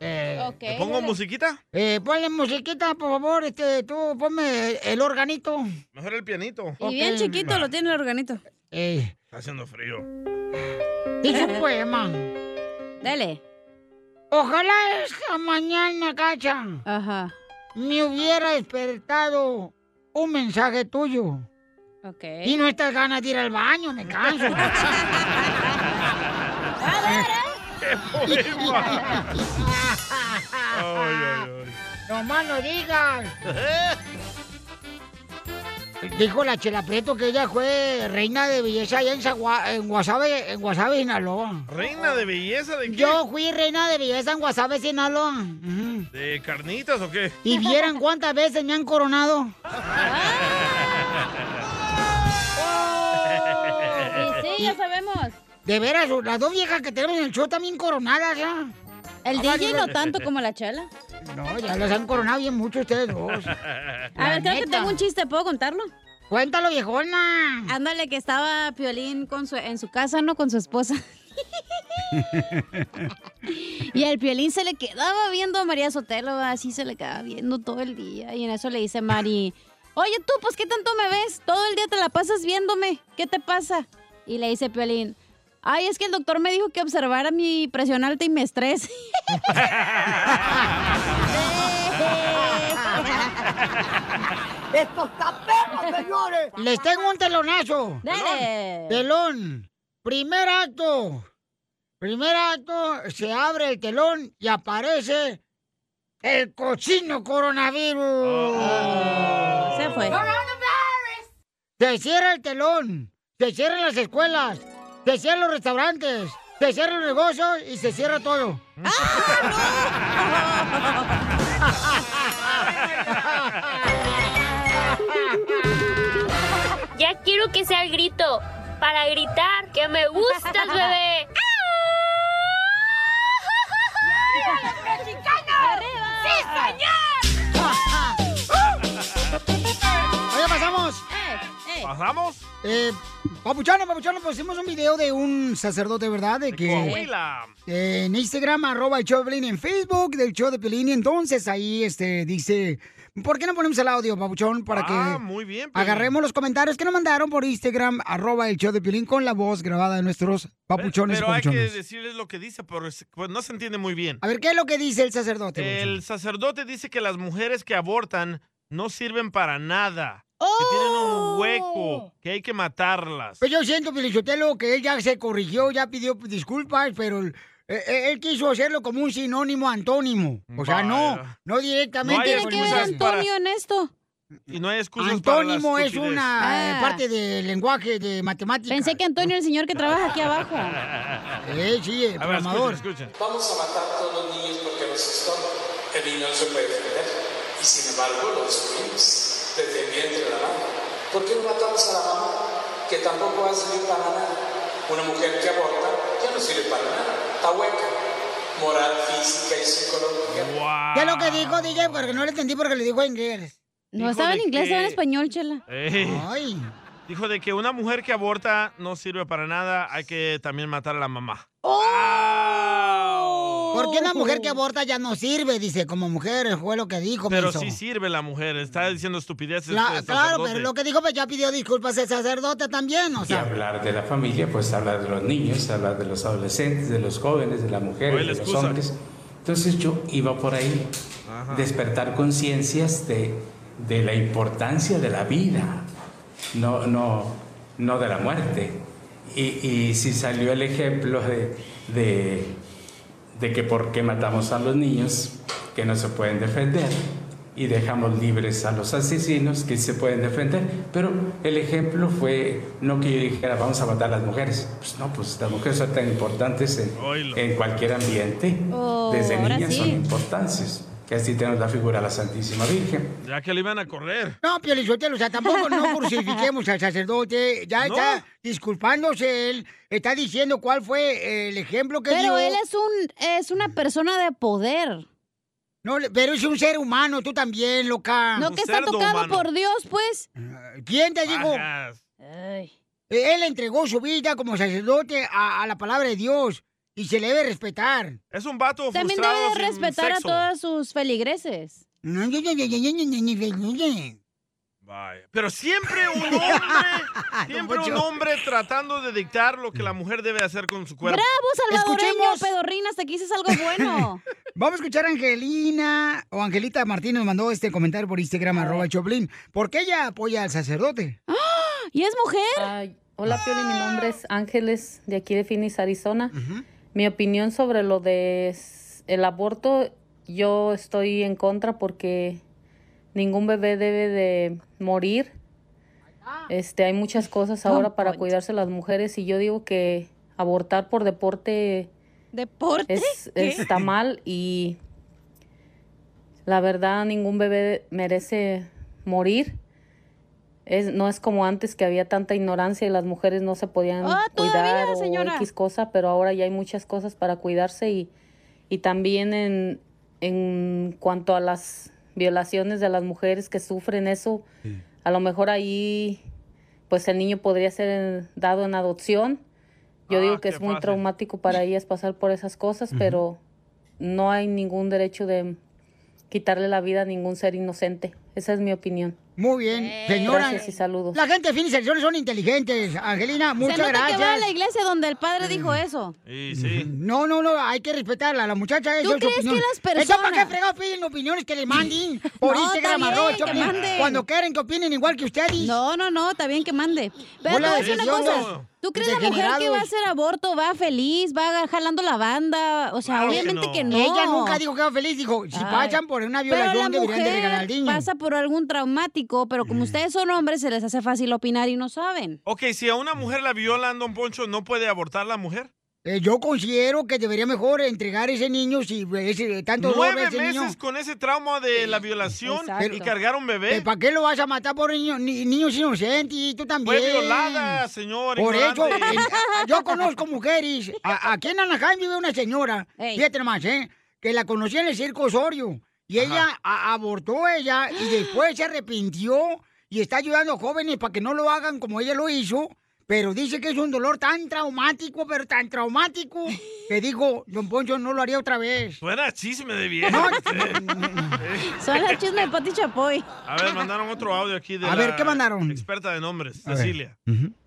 D: Eh,
F: Ok. ¿Le pongo
E: musiquita?
D: Eh, ponle musiquita, por favor, este, tú ponme el organito.
E: Mejor el pianito.
D: Ok. Eh,
F: Y bien chiquito lo tiene el organito.
E: Está haciendo frío.
D: Dice un poema.
F: Dale.
D: Ojalá esta mañana, Cacha, me hubiera despertado un mensaje tuyo.
F: Ok.
D: Y no estas ganas de ir al baño, me canso.
F: ¿eh?
E: ¡Qué poema!
D: No más no digas. Dijo la Chela Prieto que ella fue reina de belleza allá en, Sagua- en Guasave, en Guasave, Sinaloa.
E: ¿Reina de belleza de qué?
D: Yo fui reina de belleza en Guasave, Sinaloa. Ujú.
E: ¿De carnitas o qué?
D: Y
E: (laughs)
D: vieran cuántas veces me han coronado.
F: Oh, Sí, sí, ya
E: (laughs)
F: sabemos.
D: De veras, las dos viejas que tenemos en el show también coronadas ya.
F: El DJ no tanto como
D: (laughs)
F: la chela.
D: No, ya las han coronado bien mucho ustedes dos.
F: (laughs) A ver, creo que tengo un chiste, ¿puedo contarlo?
D: Cuéntalo, viejona.
F: Ándale, que estaba Piolín con su, en su casa, ¿no? Con su esposa. Y el Piolín se le quedaba viendo a María Sotelo, así se le quedaba viendo todo el día. Y en eso le dice Mari, oye tú, pues ¿qué tanto me ves? Todo el día te la pasas viéndome, ¿qué te pasa? Y le dice Piolín, ay, es que el doctor me dijo que observara mi presión alta y mi
D: (laughs)
F: estrés.
D: ¡Estos taperos, señores! Les tengo un telonazo.
F: Dale.
D: Telón. Primer acto. Primer acto, se abre el telón y aparece el cochino coronavirus.
F: Se fue.
D: Se cierra el telón. Se cierran las escuelas. Se cierran los restaurantes. Se cierran los negocios y se cierra todo. Ah,
C: Ya quiero que sea el grito para gritar que me gustas, bebé.
E: (laughs)
D: ¡Sí, Oye, pasamos.
F: Eh.
E: ¿Pasamos?
D: Eh, papuchano, papuchano, pues hicimos un video de un sacerdote, ¿verdad? De que.
E: Coahuila.
D: Eh, en Instagram, arroba el show de Pelín, en Facebook del show de Pelín. Y entonces ahí este, dice, ¿Por qué no ponemos el audio, Pabuchón? Para
E: Ah,
D: que
E: muy bien, Piolín.
D: agarremos los comentarios que nos mandaron por Instagram, arroba el show de Piolín, con la voz grabada de nuestros papuchones
E: Pero hay que
D: papuchones.
E: decirles lo que dice, pero es- pues no se entiende muy bien.
D: A ver, ¿qué es lo que dice el sacerdote?
E: El sacerdote dice que las mujeres que abortan no sirven para nada.
D: ¡Oh!
E: Que tienen un hueco, que hay que matarlas.
D: Pues yo siento, Pelichotelo, que él ya se corrigió, ya pidió disculpas, pero él, eh, él quiso hacerlo como un sinónimo antónimo. O sea, no,
E: Vaya.
D: no
E: No
D: directamente.
E: hay
D: con
E: excusas Tiene
D: el
E: que ver Antonio
D: en esto?
E: Y no hay excusas para la
D: Antónimo es
E: estupidez. (laughs)
D: una eh,
F: Ah.
D: parte del lenguaje de matemáticas. Pensé que Antonio es el señor que trabaja aquí abajo. (laughs) Eh, sí, el
E: A ver,
D: programador.
E: escuchen, escuchen.
S: Vamos a matar a todos los niños porque nos estorban. El niño no se puede defender. Y sin embargo lo destruimos desde el vientre de la madre. ¿Por qué no matamos a la mamá que tampoco va a servir para nada? Una mujer que aborta ya no sirve para nada. Está hueca. Moral, física y psicológica.
D: ¿Qué es lo que dijo, DJ? Porque no le entendí porque le dijo en inglés.
F: No, estaba en inglés, estaba en español, chela.
E: Ey.
D: Ay.
E: Dijo de que una mujer que aborta no sirve para nada, hay que también matar a la mamá.
D: ¡Oh! ¿Por qué una mujer que aborta ya no sirve? Dice, como mujer, fue lo que dijo.
E: Pero
D: menso.
E: sí sirve la mujer, está diciendo estupideces.
D: La-
E: el
D: claro,
E: sacerdote.
D: pero lo que dijo, pues ya pidió disculpas el sacerdote también, o
H: Y
D: sea.
H: hablar de la familia, pues hablar de los niños, hablar de los adolescentes, de los jóvenes, de las
E: Oye,
H: mujeres,
E: la
H: de los
E: excusa.
H: hombres. Entonces yo iba por ahí, despertar conciencias de, de la importancia de la vida, no, no, no de la muerte. Y, y si salió el ejemplo de, de, de que por qué matamos a los niños que no se pueden defender y dejamos libres a los asesinos que se pueden defender. Pero el ejemplo fue no que yo dijera vamos a matar a las mujeres. Pues no, pues las mujeres son tan importantes en, en cualquier ambiente.
E: Oh,
H: Desde
E: ahora
H: niñas
E: sí.
H: son importantes. Que así tenemos la figura de la Santísima Virgen.
E: Ya que le iban a correr.
D: No, Piolichotelo, o sea, tampoco no
F: (laughs)
D: crucifiquemos al sacerdote. Ya
E: No.
D: está disculpándose él, está diciendo cuál fue eh, el ejemplo que dio.
F: Pero él es un es una persona de poder.
D: No, le- pero es un ser humano, tú también, loca. Ah,
F: No, que está tocado por Dios, pues.
D: ¿Quién te dijo? Eh, Él entregó su vida como sacerdote a, a la palabra de Dios y se le debe respetar.
E: Es un vato
F: (laughs) También debe de respetar a todos
E: (laughs)
F: sus feligreses.
E: Vaya. Pero siempre
D: (laughs)
E: un
D: Ah,
E: hombre, siempre un
F: Poncho.
E: hombre tratando de dictar lo que la mujer debe hacer con su cuerpo.
F: ¡Bravo, salvadoreño, pedorrín! Hasta aquí dices algo bueno.
D: Vamos a escuchar a Angelina o Angelita Martínez mandó este comentario por
F: Ah.
D: Instagram, arroba el Choplin. ¿Por qué ella apoya al sacerdote?
F: (gasps) ¿Y es mujer?
T: hola, Pioli, mi nombre es Ángeles, de aquí de Phoenix, Arizona. Mi opinión sobre lo de s- el aborto, yo estoy en contra porque ningún bebé debe de morir. Este, hay muchas cosas ahora para cuidarse las mujeres y yo digo que abortar por deporte
F: ¿Deporte?
T: es-
F: ¿Qué?
T: está mal y la verdad ningún bebé merece morir. Es, no es como antes que había tanta ignorancia y las mujeres no se podían
F: Ah, todavía,
T: cuidar
F: señora.
T: o X cosa, pero ahora ya hay muchas cosas para cuidarse y, y también en, en cuanto a las violaciones de las mujeres que sufren eso, a lo mejor ahí pues el niño podría ser en- dado en adopción. Yo
U: Ah,
T: digo que
U: qué
T: es muy
U: fácil.
T: traumático para ellas pasar por esas cosas, pero no hay ningún derecho de quitarle la vida a ningún ser inocente. Esa es mi opinión.
D: Muy bien,
F: Eh,
D: señora.
T: Gracias y saludos.
D: La gente de Phoenix Arizona son inteligentes. Angelina, muchas
F: Se nota
D: gracias.
F: que va a la iglesia donde el padre dijo eso.
D: No, no, no, hay que respetarla. La muchacha es
F: ¿Tú
D: de su
F: crees que
D: opinión.
F: las
D: ¿Eso para
F: personas-
D: qué fregado piden opiniones que le
F: (laughs)
D: manden por
F: No,
D: Instagram
F: está
D: arroba
F: bien, que
D: Choplin,
F: manden.
D: Cuando quieren que opinen igual que ustedes.
F: No, no, no, está bien que mande. Pero
D: Hola,
F: te voy a decir una
D: delicioso.
F: cosa. ¿Tú crees la mujer que va a
D: Degenerados.
F: hacer aborto va feliz, va jalando la banda? O sea,
D: Claro que
F: obviamente
D: no.
F: que no.
D: Ella nunca dijo que va feliz, dijo, si pasan por una
F: pero la
D: violación deberían de
F: mujer
D: regalar al niño. Mm.
F: pasa por algún traumático, pero como ustedes son hombres, se les hace fácil opinar y no saben.
E: Ok, si a una mujer la violan, don Poncho, ¿no puede abortar la mujer?
D: Eh, yo considero que debería mejor entregar ese niño si ese, tanto dolor
E: Nueve
D: ese
E: meses
D: niño.
E: con ese trauma de la violación
D: exacto.
E: y cargar un bebé.
D: Eh, ¿Para qué lo vas a matar por niño? Ni, niños inocentes y tú también.
E: Fue violada, señor,
D: Por eso,
E: ignorante.
D: en- yo conozco mujeres. A- aquí en Anaheim vive una señora, fíjate nomás, ¿eh? Que la conocí en el circo Osorio. Y ella a- abortó ella y después se arrepintió y está ayudando a jóvenes para que no lo hagan como ella lo hizo. Pero dice que es un dolor tan traumático, pero tan traumático, que digo, don Poncho, no lo haría otra vez.
E: Suena chisme de bien. (laughs)
D: No,
F: Son las chismes de Pati Chapoy.
E: A ver, mandaron otro audio aquí de
D: A ver,
E: la
D: ¿qué mandaron?
E: Experta de nombres, Cecilia.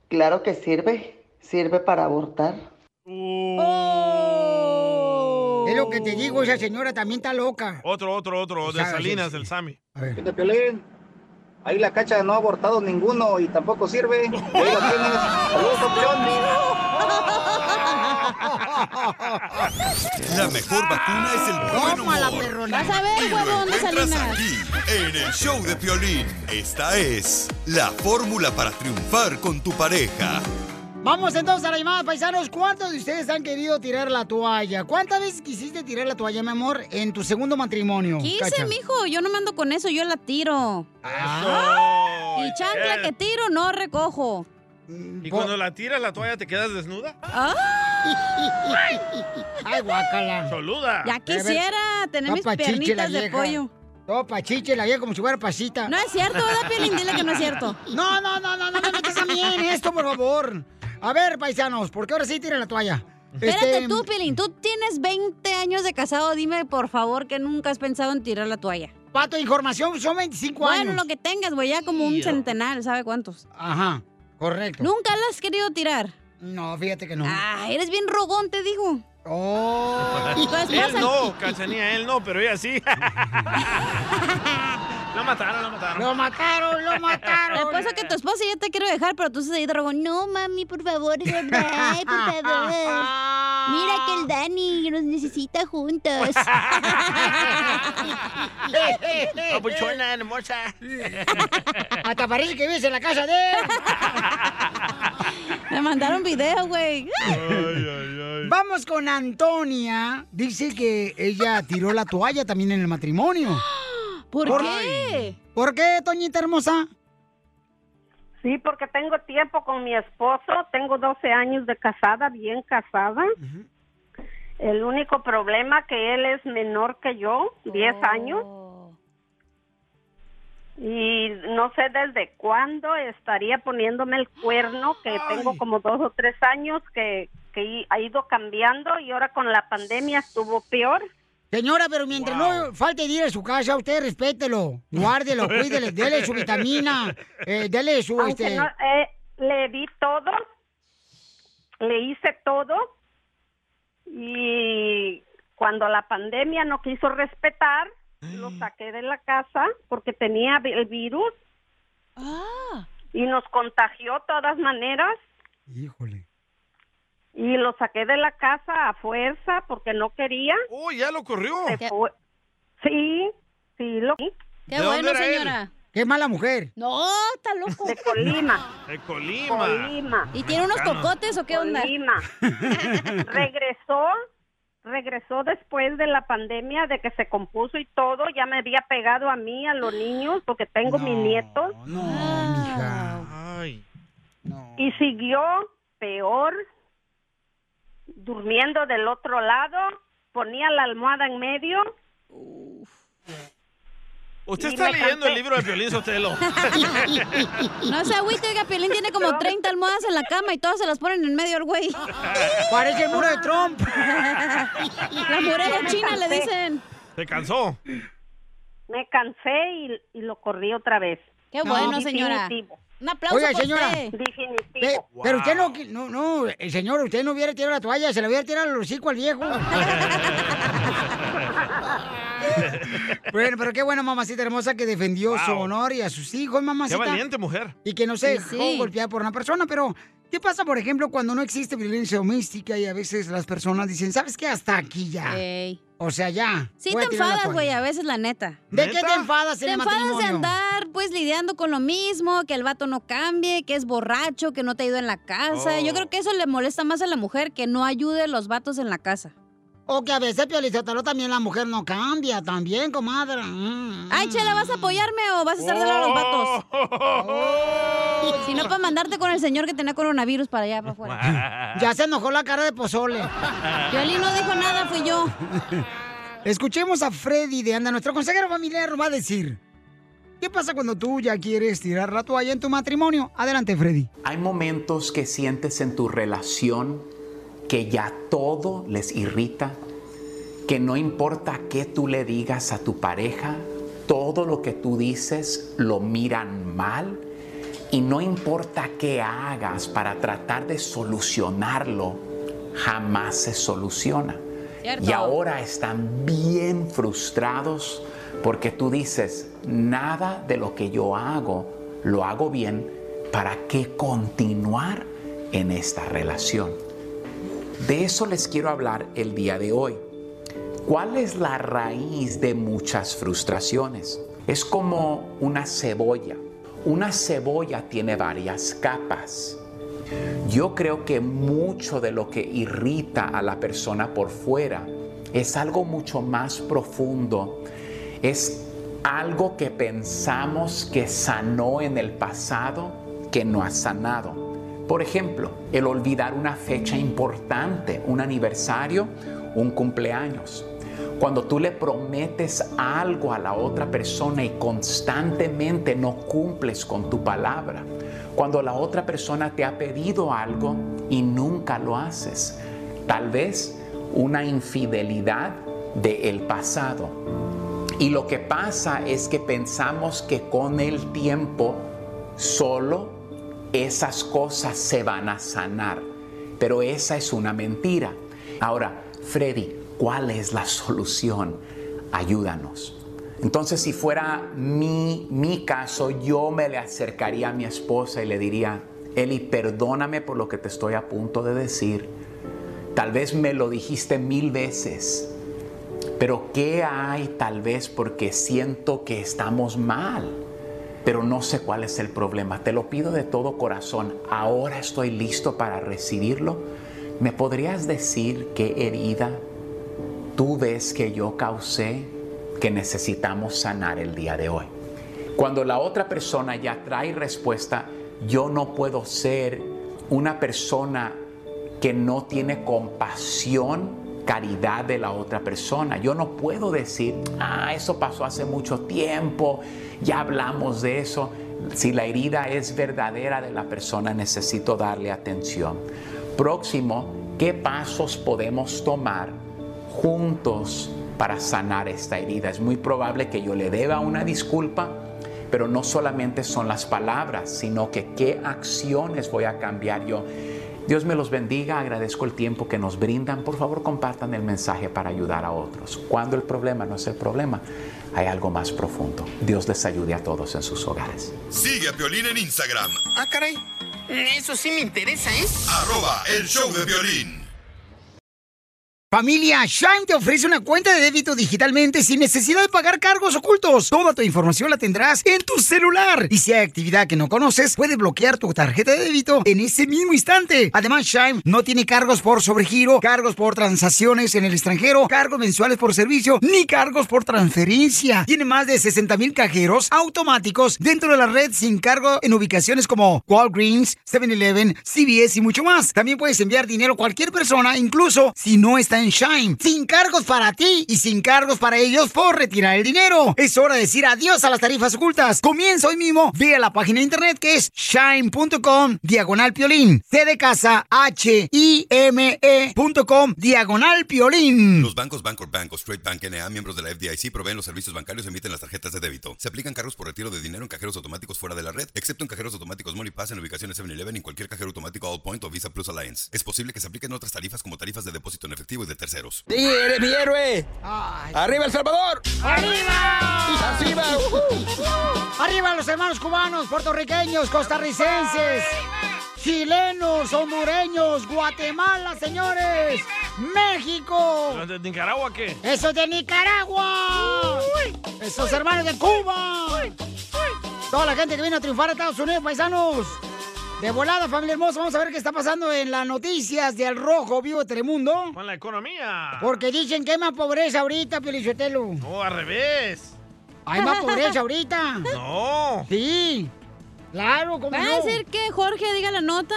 A: Claro que sirve. Sirve para abortar.
F: Oh.
D: Es lo que te digo, esa señora también está loca.
E: Otro, otro, otro, de
D: O sea,
E: Salinas,
D: sí,
E: del Sami.
U: De Piolín. Ahí la cacha no ha abortado ninguno y tampoco sirve. Y ahí la tienes. Saludos,
L: La mejor vacuna es el buen
F: Tómala,
L: humor.
F: perrona. Vas a ver, huevón, de
L: Entras
F: Salinas.
L: aquí, en el show de Piolín. Esta es la fórmula para triunfar con tu pareja.
D: Vamos entonces a la llamada, paisanos. ¿Cuántos de ustedes han querido tirar la toalla? ¿Cuántas veces quisiste tirar la toalla, mi amor, en tu segundo matrimonio?
F: ¿Qué hice,
D: Cacha?
F: mijo? Yo no me ando con eso, yo la tiro.
D: Ah.
F: Y
D: eh.
F: chancla que tiro, no recojo.
D: Mm,
E: Y cuando la tiras la toalla, ¿te quedas desnuda?
F: ¡Ay!
D: ¡Ay, guácala!
E: ¡Soluda!
F: Ya quisiera tener mis piernitas de pollo.
D: No, pachiche la vieja como si fuera pasita.
F: No es cierto, ¿verdad, Piolín? Dile que no es cierto.
D: (laughs) No, no, no, no, no me metas a mí en esto, por favor. A ver, paisanos, porque ahora sí tiran la toalla.
F: Espérate
D: Este,
F: tú, Piolín. Tú tienes 20 años de casado. Dime, por favor, que nunca has pensado en tirar la toalla.
D: Pato, información, son 25
F: Bueno,
D: años.
F: lo que tengas, güey, ya como un centenar, ¿sabe cuántos?
D: Ajá, correcto.
F: ¿Nunca la has querido tirar?
D: No, fíjate que no.
F: Ah, eres bien rogón, te digo. Pues
D: ¡Oh!
E: (laughs)
F: Tu esposa.
E: Él
F: (laughs)
E: no, Cachanía, él no, pero ella sí. (laughs) lo mataron, lo mataron.
D: Lo mataron, lo mataron.
F: Después de que tu esposa ya te quiero dejar, pero tú estás ahí de rogón. No, mami, por favor, ay, por favor. Mira que el Dani nos necesita juntos.
E: Papuchona, hermosa.
D: Hasta parece que vives en la casa de él.
F: (laughs) Me mandaron video, güey.
D: Vamos con Antonia. Dice que ella tiró la toalla también en el matrimonio.
F: (gasps) ¿Por,
D: qué? ¿Por qué, Toñita hermosa?
V: Sí, porque tengo tiempo con mi esposo, tengo 12 años de casada, bien casada. El único problema que él es menor que yo, 10 años. Y no sé desde cuándo estaría poniéndome el cuerno, que tengo como dos o tres años que, que i- ha ido cambiando y ahora con la pandemia estuvo peor.
D: Señora, pero mientras no falte ir a su casa, usted respételo, guárdelo, cuídele, dele su vitamina, eh, dele su...
E: Ah,
V: Aunque
D: Este...
V: no, eh, le di todo, le hice todo y cuando la pandemia no quiso respetar, lo saqué de la casa porque tenía vi- el virus y nos contagió de todas maneras.
D: Híjole.
V: Y lo saqué de la casa a fuerza porque no quería.
E: ¡Oh, ya lo corrió!
V: Sí, sí, lo
E: ¿De dónde bueno, era él? señora.
D: Qué mala mujer.
F: No, está loco.
V: De Colima.
E: De Colima.
F: ¿Y tiene unos
E: Mexicano.
F: cocotes o qué onda? (laughs)
V: Colima. regresó, regresó después de la pandemia, de que se compuso y todo, ya me había pegado a mí, a los niños, porque tengo mis nietos.
E: Ay.
V: Y siguió peor, durmiendo del otro lado, ponía la almohada en medio.
E: Usted
V: Y
E: está
V: me
E: leyendo
V: cansé.
E: el libro de Piolín Sotelo.
F: No se agüite, oiga, Piolín tiene como 30 almohadas en la cama y todas se las ponen en medio al güey.
D: Parece el muro de
E: (laughs)
D: Trump.
F: La muralla china le dicen.
E: Se cansó.
V: Me cansé y, y lo corrí otra vez.
F: Qué bueno, señora. Un aplauso
D: Oiga,
F: por
D: señora.
F: usted.
D: Pe- Pero usted no, qui- no, no, eh, señor, usted no hubiera tirado la toalla, se la hubiera tirado al hocico
E: (laughs)
D: al viejo. bueno, pero qué buena mamacita hermosa que defendió su honor y a sus hijos, mamacita.
E: Qué valiente mujer.
D: Y que no se
E: Sí,
D: dejó
E: sí.
D: golpear por una persona, pero ¿qué pasa, por ejemplo, cuando no existe violencia doméstica y a veces las personas dicen, ¿sabes qué? Hasta aquí ya. O sea, ya.
F: Sí
D: voy a
F: te
D: tirar la
F: enfadas,
D: toalla.
F: güey, a veces, la neta.
D: ¿De qué te enfadas en
F: Te
D: el
F: enfadas de
D: matrimonio?
F: andar, pues, lidiando con lo mismo, que el vato no cambie, que es borracho, que no te ayuda en la casa.
D: Oh.
F: Yo creo que eso le molesta más a la mujer, que no ayude a los vatos en la casa.
D: O que a veces, Piolizotelo, también la mujer no cambia, también, comadre. Mm.
F: Ay, Chela, ¿vas a apoyarme o vas a estar de lado a los vatos?
D: Oh.
F: Si no, para mandarte con el señor que tenía coronavirus para allá, para afuera.
D: (laughs) Ya se enojó la cara de pozole.
F: (laughs) Piolín no dijo nada, fui
D: (laughs)
F: yo.
D: Escuchemos a Freddy de Anda, nuestro consejero familiar va a decir. ¿Qué pasa cuando tú ya quieres tirar la toalla en tu matrimonio? Adelante, Freddy.
B: Hay momentos que sientes en tu relación que ya todo les irrita, que no importa qué tú le digas a tu pareja, todo lo que tú dices lo miran mal y no importa qué hagas para tratar de solucionarlo, jamás se soluciona.
J: Cierto.
B: Y ahora están bien frustrados porque tú dices, nada de lo que yo hago lo hago bien, ¿para qué continuar en esta relación? De eso les quiero hablar el día de hoy. ¿Cuál es la raíz de muchas frustraciones? Es como una cebolla. Una cebolla tiene varias capas. Yo creo que mucho de lo que irrita a la persona por fuera es algo mucho más profundo. Es algo que pensamos que sanó en el pasado que no ha sanado. Por ejemplo, el olvidar una fecha importante, un aniversario, un cumpleaños. Cuando tú le prometes algo a la otra persona y constantemente no cumples con tu palabra. Cuando la otra persona te ha pedido algo y nunca lo haces. Tal vez una infidelidad del pasado. Y lo que pasa es que pensamos que con el tiempo solo esas cosas se van a sanar. Pero esa es una mentira. Ahora, Freddy, ¿cuál es la solución? Ayúdanos. Entonces, si fuera mi, mi caso, yo me le acercaría a mi esposa y le diría, Eli, perdóname por lo que te estoy a punto de decir. Tal vez me lo dijiste mil veces, pero ¿qué hay tal vez porque siento que estamos mal? Pero no sé cuál es el problema. Te lo pido de todo corazón. Ahora estoy listo para recibirlo. ¿Me podrías decir qué herida tú ves que yo causé que necesitamos sanar el día de hoy? Cuando la otra persona ya trae respuesta, yo no puedo ser una persona que no tiene compasión, caridad de la otra persona. Yo no puedo decir, ah, eso pasó hace mucho tiempo, ya hablamos de eso. Si la herida es verdadera de la persona, necesito darle atención. Próximo, ¿qué pasos podemos tomar juntos para sanar esta herida? Es muy probable que yo le deba una disculpa pero no solamente son las palabras, sino que qué acciones voy a cambiar yo. Dios me los bendiga, agradezco el tiempo que nos brindan. Por favor, compartan el mensaje para ayudar a otros. Cuando el problema no es el problema, hay algo más profundo. Dios les ayude a todos en sus hogares.
L: Sigue a Piolín en Instagram,
W: Ah, caray. Mm, Eso sí me interesa, ¿eh?
L: arroba el show de violín.
D: Familia, Shine te ofrece una cuenta de débito digitalmente sin necesidad de pagar cargos ocultos. Toda tu información la tendrás en tu celular. Y si hay actividad que no conoces, puede bloquear tu tarjeta de débito en ese mismo instante. Además, Shine no tiene cargos por sobregiro, cargos por transacciones en el extranjero, cargos mensuales por servicio, ni cargos por transferencia. Tiene más de 60 mil cajeros automáticos dentro de la red sin cargo en ubicaciones como Walgreens, 7-Eleven, CVS y mucho más. También puedes enviar dinero a cualquier persona, incluso si no está en Shine. Sin cargos para ti y sin cargos para ellos por retirar el dinero. Es hora de decir adiós a las tarifas ocultas. Comienza hoy mismo vía la página de internet que es shine.com diagonal piolín. C de casa H I M E.com diagonal piolín.
L: Los bancos Bancorp Bank o Straight Bank NA, miembros de la FDIC, proveen los servicios bancarios y emiten las tarjetas de débito. Se aplican cargos por retiro de dinero en cajeros automáticos fuera de la red, excepto en cajeros automáticos MoneyPass en ubicaciones 7-Eleven y en cualquier cajero automático All Point o Visa Plus Alliance. Es posible que se apliquen otras tarifas como tarifas de depósito en efectivo y de terceros.
J: Sí, eres mi héroe. Arriba El Salvador.
D: ¡Arriba!
J: ¡Arriba!
D: ¡Arriba los hermanos cubanos, puertorriqueños, costarricenses, chilenos, hondureños, Guatemala, señores! ¡México!
E: ¿Los de Nicaragua qué?
D: ¡Esos de Nicaragua! ¡Esos hermanos de Cuba! Toda la gente que vino a triunfar a Estados Unidos, paisanos. De volada, familia hermosa, vamos a ver qué está pasando en las noticias de Al Rojo Vivo de Telemundo.
E: Con la economía.
D: Porque dicen que hay más pobreza ahorita, Pelichotelo.
E: Ah. No, al revés.
D: Hay
E: (laughs)
D: más pobreza ahorita.
E: No.
D: Sí. Claro, ¿cómo
F: ¿Va
D: no?
F: a ser que Jorge diga la nota?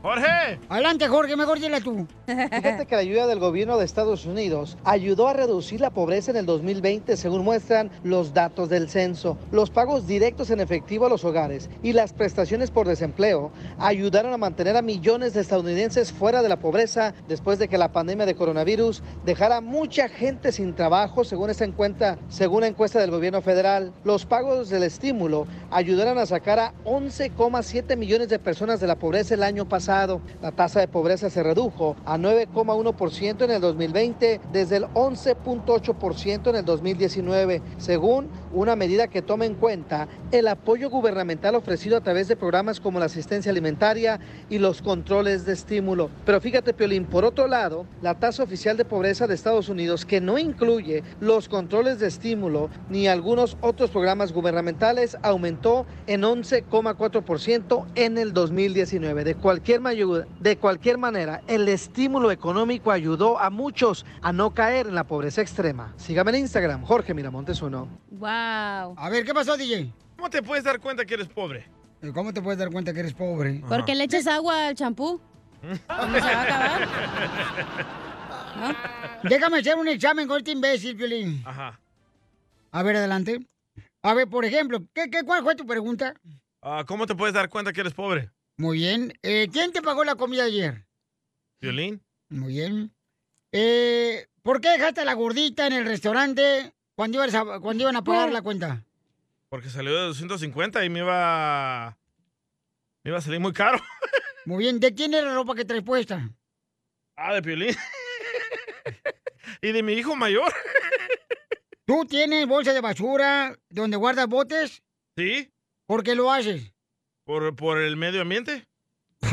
E: Jorge.
D: Adelante, Jorge, mejor dile tú.
F: (laughs)
G: Fíjate que la ayuda del gobierno de Estados Unidos ayudó a reducir la pobreza en el 2020, según muestran los datos del censo. Los pagos directos en efectivo a los hogares y las prestaciones por desempleo ayudaron a mantener a millones de estadounidenses fuera de la pobreza después de que la pandemia de coronavirus dejara a mucha gente sin trabajo, según esta encuesta, según la encuesta del gobierno federal. Los pagos del estímulo ayudaron a sacar a 11,7 millones de personas de la pobreza el año pasado. La tasa de pobreza se redujo a 9,1% en el 2020 desde el 11,8% en el 2019, según una medida que toma en cuenta el apoyo gubernamental ofrecido a través de programas como la asistencia alimentaria y los controles de estímulo. Pero fíjate, Piolín, por otro lado, la tasa oficial de pobreza de Estados Unidos, que no incluye los controles de estímulo ni algunos otros programas gubernamentales, aumentó en 11,4% en el 2019. De cualquier, mayu- de cualquier manera, el estímulo económico ayudó a muchos a no caer en la pobreza extrema. Sígame en Instagram, Jorge Miramontes uno.
F: Wow.
D: A ver, ¿qué pasó, DJ?
E: ¿Cómo te puedes dar cuenta que eres pobre?
D: ¿Cómo te puedes dar cuenta que eres pobre?
F: Porque le echas agua al champú. ¿Cómo (laughs) se va a acabar?
E: (laughs)
D: Déjame hacer un examen con este imbécil, Piolín.
E: Ajá.
D: A ver, adelante. A ver, por ejemplo, ¿qué, qué, cuál fue tu pregunta?
E: Ah, ¿Cómo te puedes dar cuenta que eres pobre?
D: Muy bien. Eh, ¿Quién te pagó la comida ayer?
E: ¿Violín?
D: Muy bien. Eh, ¿Por qué dejaste a la gordita en el restaurante cuando, ibas a- cuando iban a pagar la cuenta?
E: Porque salió de 250 y me iba. Me iba a salir muy caro. (laughs)
D: Muy bien, ¿de quién era la ropa que traes puesta?
E: Ah, de Piolín. (laughs) y de mi hijo mayor.
D: ¿Tú tienes bolsa de basura donde guardas botes?
E: Sí.
D: ¿Por qué lo haces?
E: ¿Por, por el medio ambiente?
D: Por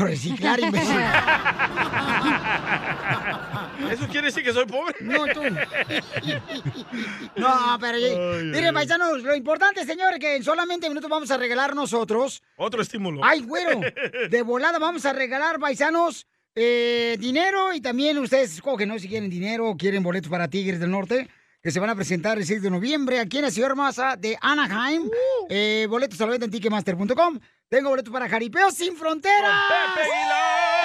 E: (laughs)
D: reciclar, imbécil.
E: ¿Eso quiere decir que soy pobre?
D: No, tú. No, pero
E: Ay,
D: miren,
E: ay.
D: paisanos, lo importante, señores, que en solamente minutos vamos a regalar nosotros.
E: Otro estímulo.
D: Ay,
E: (laughs)
D: güero, de volada vamos a regalar, paisanos, eh, dinero y también ustedes escogen, ¿no? Si quieren dinero o quieren boletos para Tigres del Norte, que se van a presentar el 6 de noviembre aquí en la ciudad hermosa de Anaheim.
E: Uh.
D: Eh, boletos a la venta en ticketmaster.com. Tengo boletos para Jaripeo sin fronteras.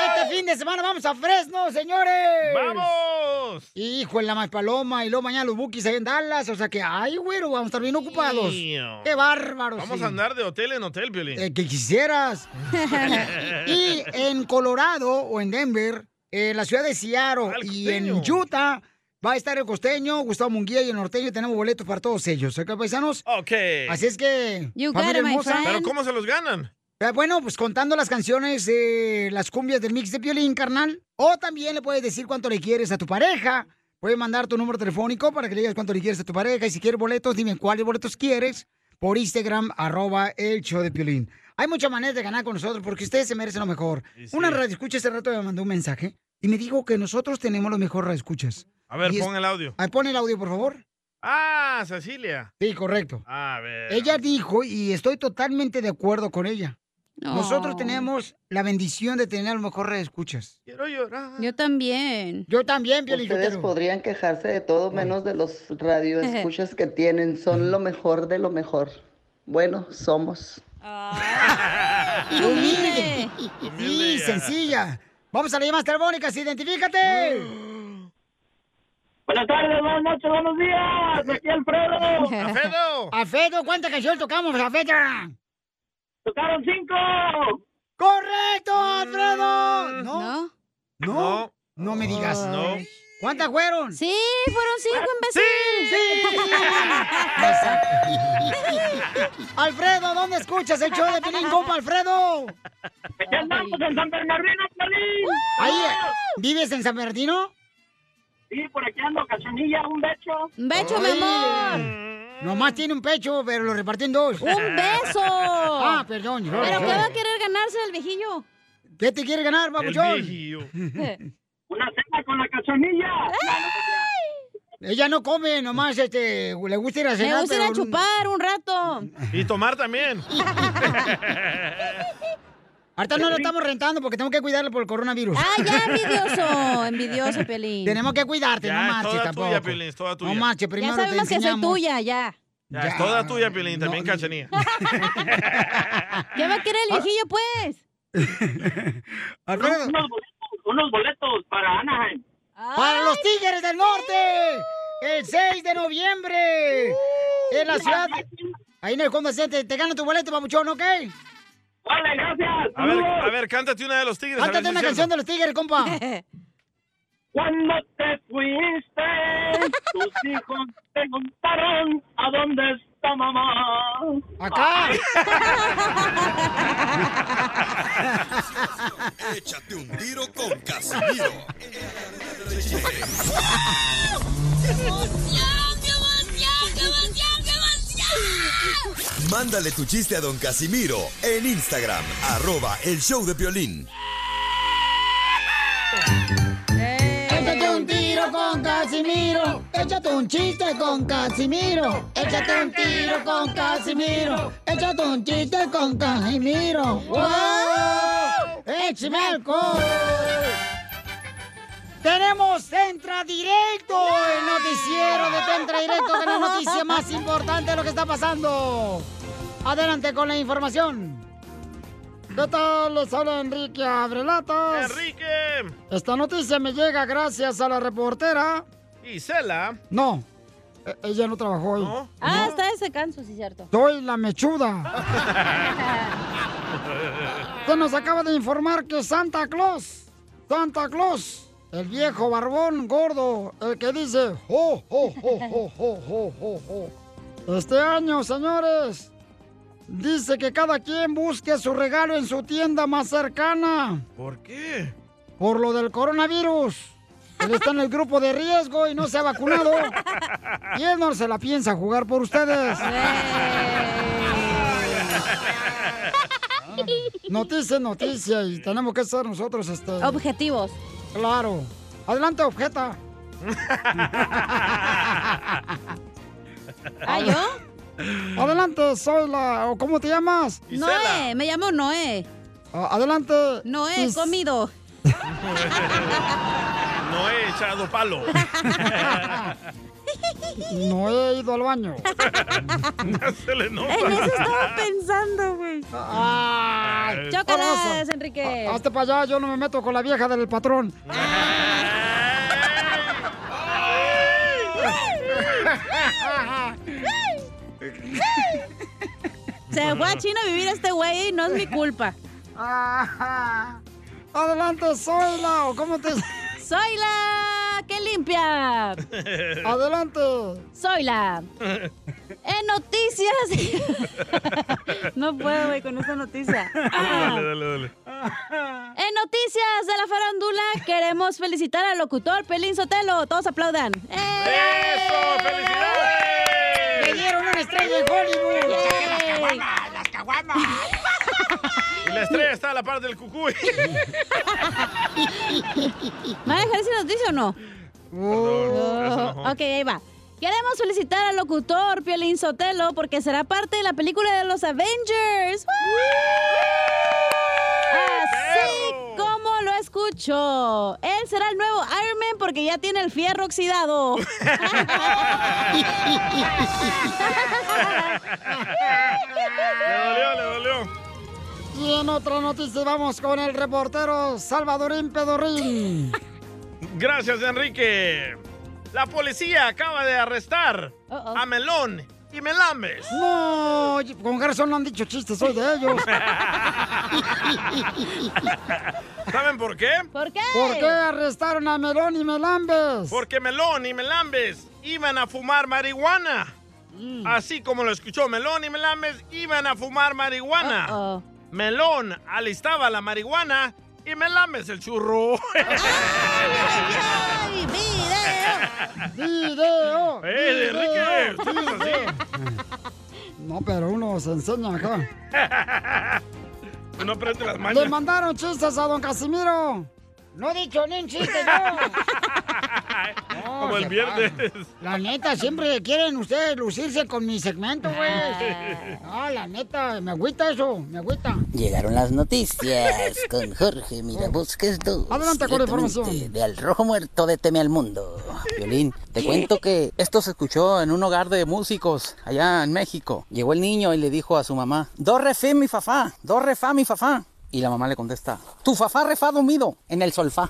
D: Este fin de semana vamos a Fresno, señores.
E: ¡Vamos!
D: Hijo, en la más paloma y luego mañana los bookies ahí en Dallas. O sea que, ay, güero, vamos a estar bien ocupados.
E: Mío.
D: ¡Qué
E: (laughs)
D: bárbaros!
E: Vamos
D: sí.
E: a andar de hotel en hotel, Piolín.
D: Eh, que
E: (laughs)
D: quisieras. y en Colorado o en Denver, en la ciudad de Seattle y en Utah va a estar el costeño, Gustavo Munguía y el norteño. Tenemos boletos para todos ellos, ¿ok, paisanos?
E: Ok.
D: Así es que.
E: You got
D: familia
E: it, my
D: hermosa.
E: friend. Pero ¿cómo se los ganan?
D: Eh, Bueno, pues contando las canciones, eh, las cumbias del mix de violín, carnal. O también le puedes decir cuánto le quieres a tu pareja. Puedes mandar tu número telefónico para que le digas cuánto le quieres a tu pareja. Y si quieres boletos, dime cuáles boletos quieres por Instagram, arroba el show de Piolín. Hay muchas maneras de ganar con nosotros porque ustedes se merecen lo mejor. Una radio escucha hace rato me mandó un mensaje y me dijo que nosotros tenemos los mejores radio escuchas.
E: A ver, pon el audio.
D: pon el audio, por favor.
E: Ah, Cecilia.
D: Sí, correcto.
E: A ver.
D: Ella dijo, y estoy totalmente de acuerdo con ella.
E: No.
D: Nosotros tenemos la bendición de tener a lo mejor escuchas.
E: Quiero llorar.
F: Yo también.
D: Yo también, Piolín
A: Ustedes
D: Sotelo.
A: podrían quejarse de todo menos de los radioescuchas que tienen. Son lo mejor de lo mejor. Bueno, somos.
D: Humilde. Sí, sencilla. Vamos a las llamadas telefónicas, identifícate.
M: Buenas tardes, buenas noches, buenos días. Aquí Alfredo.
E: Alfredo.
D: Alfredo, ¿cuántas canciones tocamos, Alfredo?
M: Tocaron cinco.
D: ¡Correcto, Alfredo! Mm. ¿No? ¿No?
E: No.
D: No me digas.
E: No.
D: ¿Cuántas fueron?
F: Sí, fueron cinco,
D: imbécil. Ah,
F: (laughs)
D: Sí. Alfredo, ¿dónde escuchas el show de Pelín, compa, Alfredo?
M: Aquí andamos en San Bernardino, Pelín.
D: Ahí, ¿vives en San Bernardino?
M: Sí, por aquí ando, cachanilla, un becho.
F: Un becho, mi
D: amor. Nomás tiene un pecho, pero lo repartió en dos.
F: ¡Un beso!
D: Ah, perdón.
F: ¿Pero qué va a querer ganarse el viejillo?
D: ¿Qué te quiere ganar, babuchón? (laughs)
M: Una cena con la cachanilla.
D: Ella no come, nomás este, le gusta ir a
F: Me
D: cenar.
F: gusta ir a
D: pero-
F: chupar un rato.
E: Y tomar (laughs) también.
D: (laughs) Ahorita no lo estamos rentando porque tengo que cuidarlo por el coronavirus. ¡Ah, (laughs)
F: ya, envidioso, envidioso, Pelín.
D: Tenemos que cuidarte,
E: Ya,
D: no
E: es
D: marches
E: toda
D: tampoco.
E: tuya, Piolín, es toda tuya.
D: No marches, primero
F: ya
D: te
F: sabemos que soy
D: enseñamos.
F: tuya, ya.
E: Ya, es toda tuya, Piolín, también cachanilla.
F: ¿Qué va a querer el viejillo, pues?
M: unos, boletos, unos boletos para Anaheim.
D: ¡Para los Tigres del Norte! El 6 de noviembre. En la ciudad. Ahí en el Honda Center. Te gana tu boleto, papuchón, ¿ok?
M: Vale, gracias.
E: A ver, a ver, cántate una de los tigres. a ver
D: Cántate
E: si
D: una
E: es
D: canción
E: cierto.
D: de los Tigres, compa.
F: (laughs)
M: Cuando te fuiste, tus hijos preguntaron a dónde está mamá.
D: Acá.
J: (laughs)
L: Échate un tiro con Casimiro. Mándale tu chiste a don Casimiro en Instagram, arroba el show de violín.
D: Échate un tiro con Casimiro. Échate un chiste con Casimiro. Échate un tiro con Casimiro. Échate un chiste con Casimiro. ¡Wow! ¡Échame alcohol! Tenemos Centra Directo, el noticiero de Centra Directo, que es la noticia más importante de lo que está pasando. Adelante con la información. ¿Qué tal? Les habla Enrique Abrelatas.
E: ¡Enrique!
D: Esta noticia me llega gracias a la reportera.
E: Gisela.
D: No, e- ella no trabajó hoy.
F: Ah, está ese canso, sí, cierto.
D: Soy la mechuda. Se nos acaba de informar que Santa Claus, Santa Claus, el viejo barbón gordo, el que dice ho, ho, ho, ho, ho, ho, ho, ho. Este año, señores, dice que cada quien busque su regalo en su tienda más cercana.
E: ¿Por qué? (laughs)
D: por lo del coronavirus. Él está en el grupo de riesgo y no se ha vacunado. Y él no se la piensa jugar por ustedes. Noticia, es noticia y tenemos que ser nosotros este... objetivos. Claro. Adelante, objeta.
F: ¿Ah, yo?
D: Adelante, soy la... ¿o ¿Cómo te llamas?
F: Noé, me llamo Noé.
D: Ah, adelante.
F: Noé,
D: Is-
F: comido.
E: No he echado
D: (laughs)
E: palo.
D: No he ido al
F: (laughs)
D: baño.
E: Ya se le nota.
F: En eso estaba pensando, güey.
D: Ay,
F: Chócalas,
D: baboso.
F: Enrique.
E: Ah,
F: Mm.
D: Hazte para allá, yo no me meto con la vieja del patrón.
F: Se fue a China a vivir este güey y no es mi culpa.
D: Adelante, Zoila, ¿o ¿cómo te...?
F: (laughs) Zoila, que limpia.
D: Adelante.
F: Zoila. En noticias. (laughs) no puedo, güey, con esta noticia.
E: Dale, dale, dale.
F: En noticias de la farándula, queremos felicitar al locutor Pelín Sotelo. Todos aplaudan.
E: ¡Eso! ¡Felicidades!
D: ¡Me dieron una estrella de Hollywood!
M: ¡Las caguamas!
E: Y la estrella está a la par del
D: (laughs)
E: cucuy.
F: ¿Van a dejar esa noticia o no? Oh,
E: Perdón, eso no.
F: ok, ahí va. Queremos felicitar al locutor Piolín Sotelo porque será parte de la película de los Avengers. Así como lo escucho. Él será el nuevo Iron Man porque ya tiene el fierro oxidado.
E: Le dolió, le dolió.
D: Y en otra noticia vamos con el reportero Salvadorín
F: (laughs)
D: Pedorrín.
E: Gracias, Enrique. La policía acaba de arrestar a Melón y Melambes.
D: No, con Garzón no han dicho chistes, soy de ellos.
E: (laughs) ¿Saben por qué?
F: ¿Por qué?
D: ¿Por qué arrestaron a Melón y Melambes?
E: Porque Melón y Melambes iban a fumar marihuana. Mm.
D: Ah,
E: Así como lo escuchó, Melón y Melambes iban a fumar marihuana. Melón alistaba la marihuana y Melambes el
D: (laughs)
E: churro. (laughs) (laughs)
D: ¡Video!
E: ¡Eh, Enrique! ¿usted es así?
D: No, pero uno se enseña acá.
E: (laughs) No preste las
D: Le
E: manos.
D: mandaron chistes a don Casimiro. No he dicho ni un chiste,
E: (laughs)
D: yo. No,
E: Como el
D: se
E: viernes.
D: La neta, siempre quieren ustedes lucirse con mi
E: (laughs)
D: segmento, güey. No, la neta, me agüita eso, me agüita.
N: Llegaron las noticias con Jorge Mirabosques 2.
D: Adelante con la
N: directamente
D: información.
N: De Al Rojo Muerto de Teme al Mundo. Violín, te cuento que esto se escuchó en un hogar de músicos allá en México. Llegó el niño y le dijo a su mamá, do re fe mi fafá, do re fa mi fafá. Y la mamá le contesta, tu fafá refá dormido en el solfá.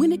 I: When it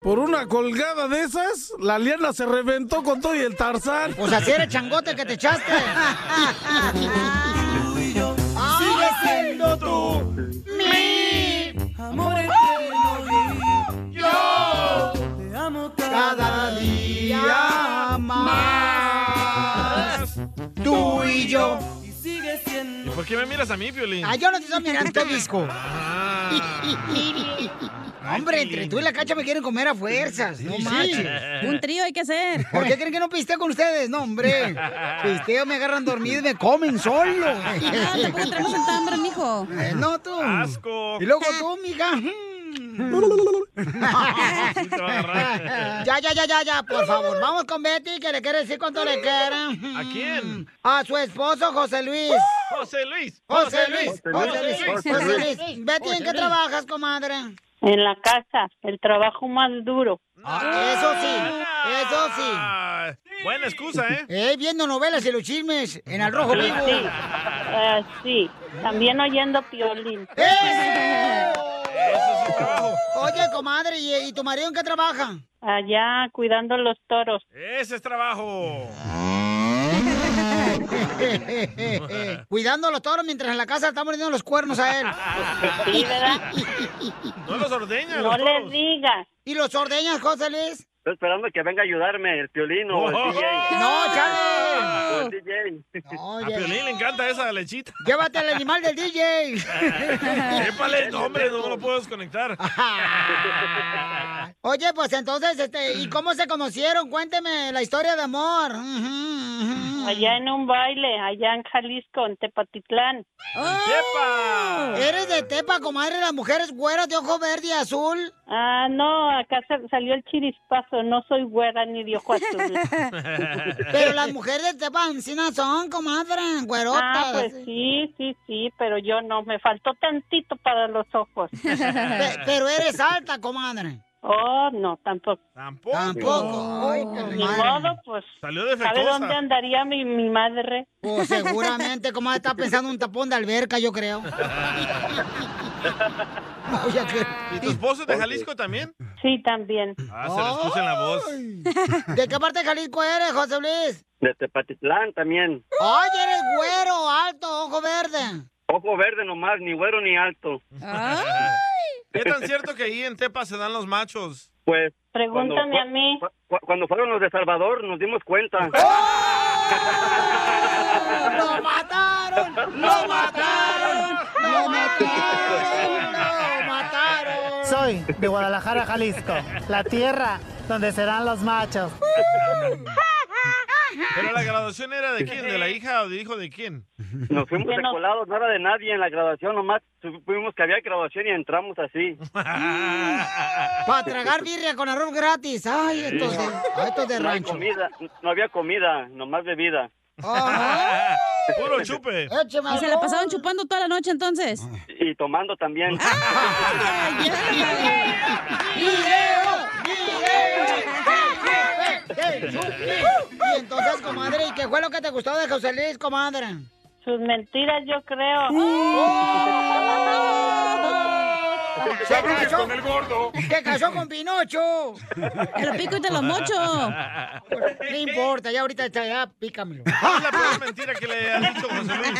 X: Por una colgada de esas, la liana se reventó con todo y el tarzán.
D: Pues así era el changote que te echaste.
M: Sigue siendo tú mi amor eterno y yo te amo cada día
E: (laughs)
M: más. Tú y yo.
E: ¿Y por qué me miras a mí, Piolín? Este
D: Ah, yo no te estoy mirando, te disco. (laughs) Hombre, entre tú y la cacha me quieren comer a fuerzas. No
F: Sí.
D: manches.
F: Un trío hay que hacer.
D: ¿Por qué creen que no pisteo con ustedes? No,
E: (laughs)
D: hombre. Pisteo, me agarran dormido y me comen solo.
F: (laughs) Ah, tampoco tenemos tanta hambre, mijo.
D: Eh, no, tú.
E: Asco.
D: Y luego tú, Hmm. mija. (laughs) ya, ya, ya, ya, ya, por favor. Vamos con Betty, que le quiere decir cuánto le queda.
E: ¿A quién? ¡Uh!
D: A su esposo, José Luis.
E: José Luis.
D: (laughs) José Luis. José Luis. José Luis. Betty, ¿en qué
E: Luis.
D: trabajas, comadre?
Y: En la casa, el trabajo más duro.
D: Ah, Eso sí, eso sí.
E: Ah, buena excusa, ¿eh?
D: Eh, viendo novelas y los chismes en el rojo vivo.
Y: Sí, eh, sí. También oyendo piolín.
D: Eh. Oye, comadre, ¿y, y tu marido en qué trabaja?
Y: Allá cuidando los toros.
E: Ese es trabajo.
D: (laughs) Cuidando a los toros mientras en la casa están poniendo los cuernos a él.
Y: (laughs)
D: (laughs)
Y: Sí, ¿verdad?
E: No los ordeñas.
Y: No les digas.
D: ¿Y los ordeñas, José Luis?
Z: Estoy esperando que venga a ayudarme el piolín o el DJ.
D: ¡No, chale!
Z: O el DJ.
E: A Piolín le encanta esa lechita.
D: Llévate al animal del DJ.
E: (laughs) Épale, no, hombre, no lo puedo desconectar.
D: Oye, pues entonces, este, ¿y cómo se conocieron? Cuénteme la historia de amor.
Y: Allá en un baile, allá en Jalisco, en Tepatitlán.
D: ¡Tepa! ¡Oh! ¿Eres de Tepa, comadre? ¿Las mujeres güeras de ojo verde y azul?
Y: Ah, no, acá sa- salió el chirispazo. No soy güera ni de ojo azul.
D: (laughs) Pero las mujeres de Tepa Encina son, comadre, güerotas.
Y: Ah, pues sí, sí, sí, pero yo no. Me faltó tantito para los
D: (laughs)
Y: ojos.
D: Pe- pero eres alta, comadre.
Y: Oh, no, tampoco.
E: Tampoco.
D: Tampoco. Ay,
Y: Ni
D: comadre.
Y: modo, pues.
E: Salió de
Y: ¿Sabe
E: fecosa.
Y: dónde andaría mi, mi madre?
D: Pues seguramente, comadre, está pensando en un tapón de alberca, yo creo. Oye, que-
E: ¿Y tu esposo es de Jalisco también?
Y: Sí, también.
E: Ah, se le escucha en la voz.
D: ¿De qué parte de Jalisco eres, José
E: (laughs)
D: Luis?
Z: De Tepatitlán también.
D: Oye, eres güero, alto, ojo verde.
Z: Ojo verde nomás, ni güero ni alto.
E: ¿Qué tan cierto que ahí en Tepa se dan los machos?
Z: Pues.
E: Pregúntame
Z: cuando fue-
E: a mí.
Z: cu- cu- Cuando fueron los de Salvador, nos dimos cuenta.
D: (laughs) ¡Lo mataron! ¡Lo mataron! ¡Lo mataron! ¡Lo mataron!
C: soy de Guadalajara, Jalisco, la tierra donde serán los machos.
E: (laughs) Pero la graduación era de quién, de la hija o de hijo de quién.
Z: Nos fuimos de colados, no era de nadie en la graduación, nomás supimos que había graduación y entramos así.
D: Para tragar birria con arroz gratis. Ay, estos de, ay, estos de
Z: no hay
D: rancho.
Z: comida, no había comida, nomás bebida. (laughs)
E: Puro chupe.
F: ¿Y se la pasaron chupando toda la noche entonces?
Z: Y tomando también.
D: Y entonces, comadre, ¿y qué fue lo que te gustó de José Luis, comadre? Sus mentiras, yo creo.
Y: ¡Oh!
M: Se abrió con el gordo.
D: ¡Que casó con Pinocho!
M: (laughs)
D: Pues,
M: Te lo pico y te lo mocho.
D: No importa, ya ahorita está, ya pícamelo.
E: Es la peor mentira que le han dicho a José Luis.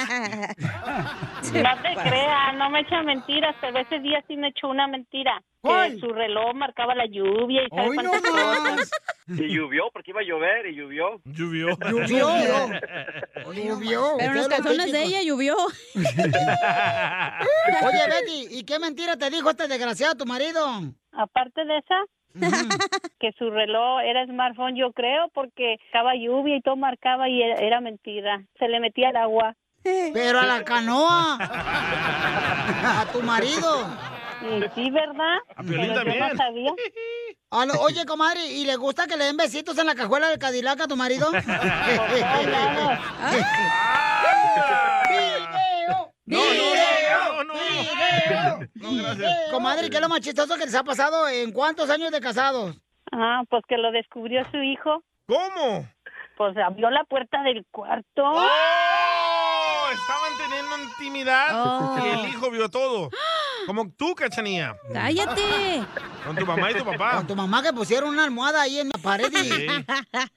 Y: No te creas, no me echa mentiras, pero ese día sí me echó una mentira.
Z: ¿Cuál?
Y: Que su reloj marcaba la lluvia y sabe
Z: Hoy
Y: cuántas cosas.
Z: Y llovió porque iba a llover y llovió.
E: Llovió.
Z: Llovió.
D: Llovió.
F: Pero en los calzones
D: (laughs)
F: de ella llovió.
D: Oye, Betty, ¿y qué mentira te dijo este desgraciado tu marido?
Y: Aparte de esa, (laughs) que su reloj era smartphone, yo creo, porque estaba lluvia y todo marcaba y era, era mentira. Se le metía el agua.
D: Pero a la canoa. A tu marido.
Y: Sí, ¿verdad? A
D: Piolín
Y: Pero yo no
D: también.
Y: sabía.
D: A lo- oye, comadre, ¿y le gusta que le den besitos en la cajuela del Cadillac a tu marido?
E: Ah,
M: No, no, no, no.
D: Comadre, ¿qué es lo más chistoso que les ha pasado en cuántos años de casados?
Y: Ah, pues que lo descubrió su hijo.
E: ¿Cómo?
Y: Pues abrió la puerta del cuarto.
E: Oh, estaban teniendo intimidad
Y: Oh.
E: y el hijo vio todo. Como tú, cachanía.
D: ¡Cállate!
E: (laughs) Con tu mamá y tu papá.
D: Con tu mamá que pusieron una almohada ahí en la pared y,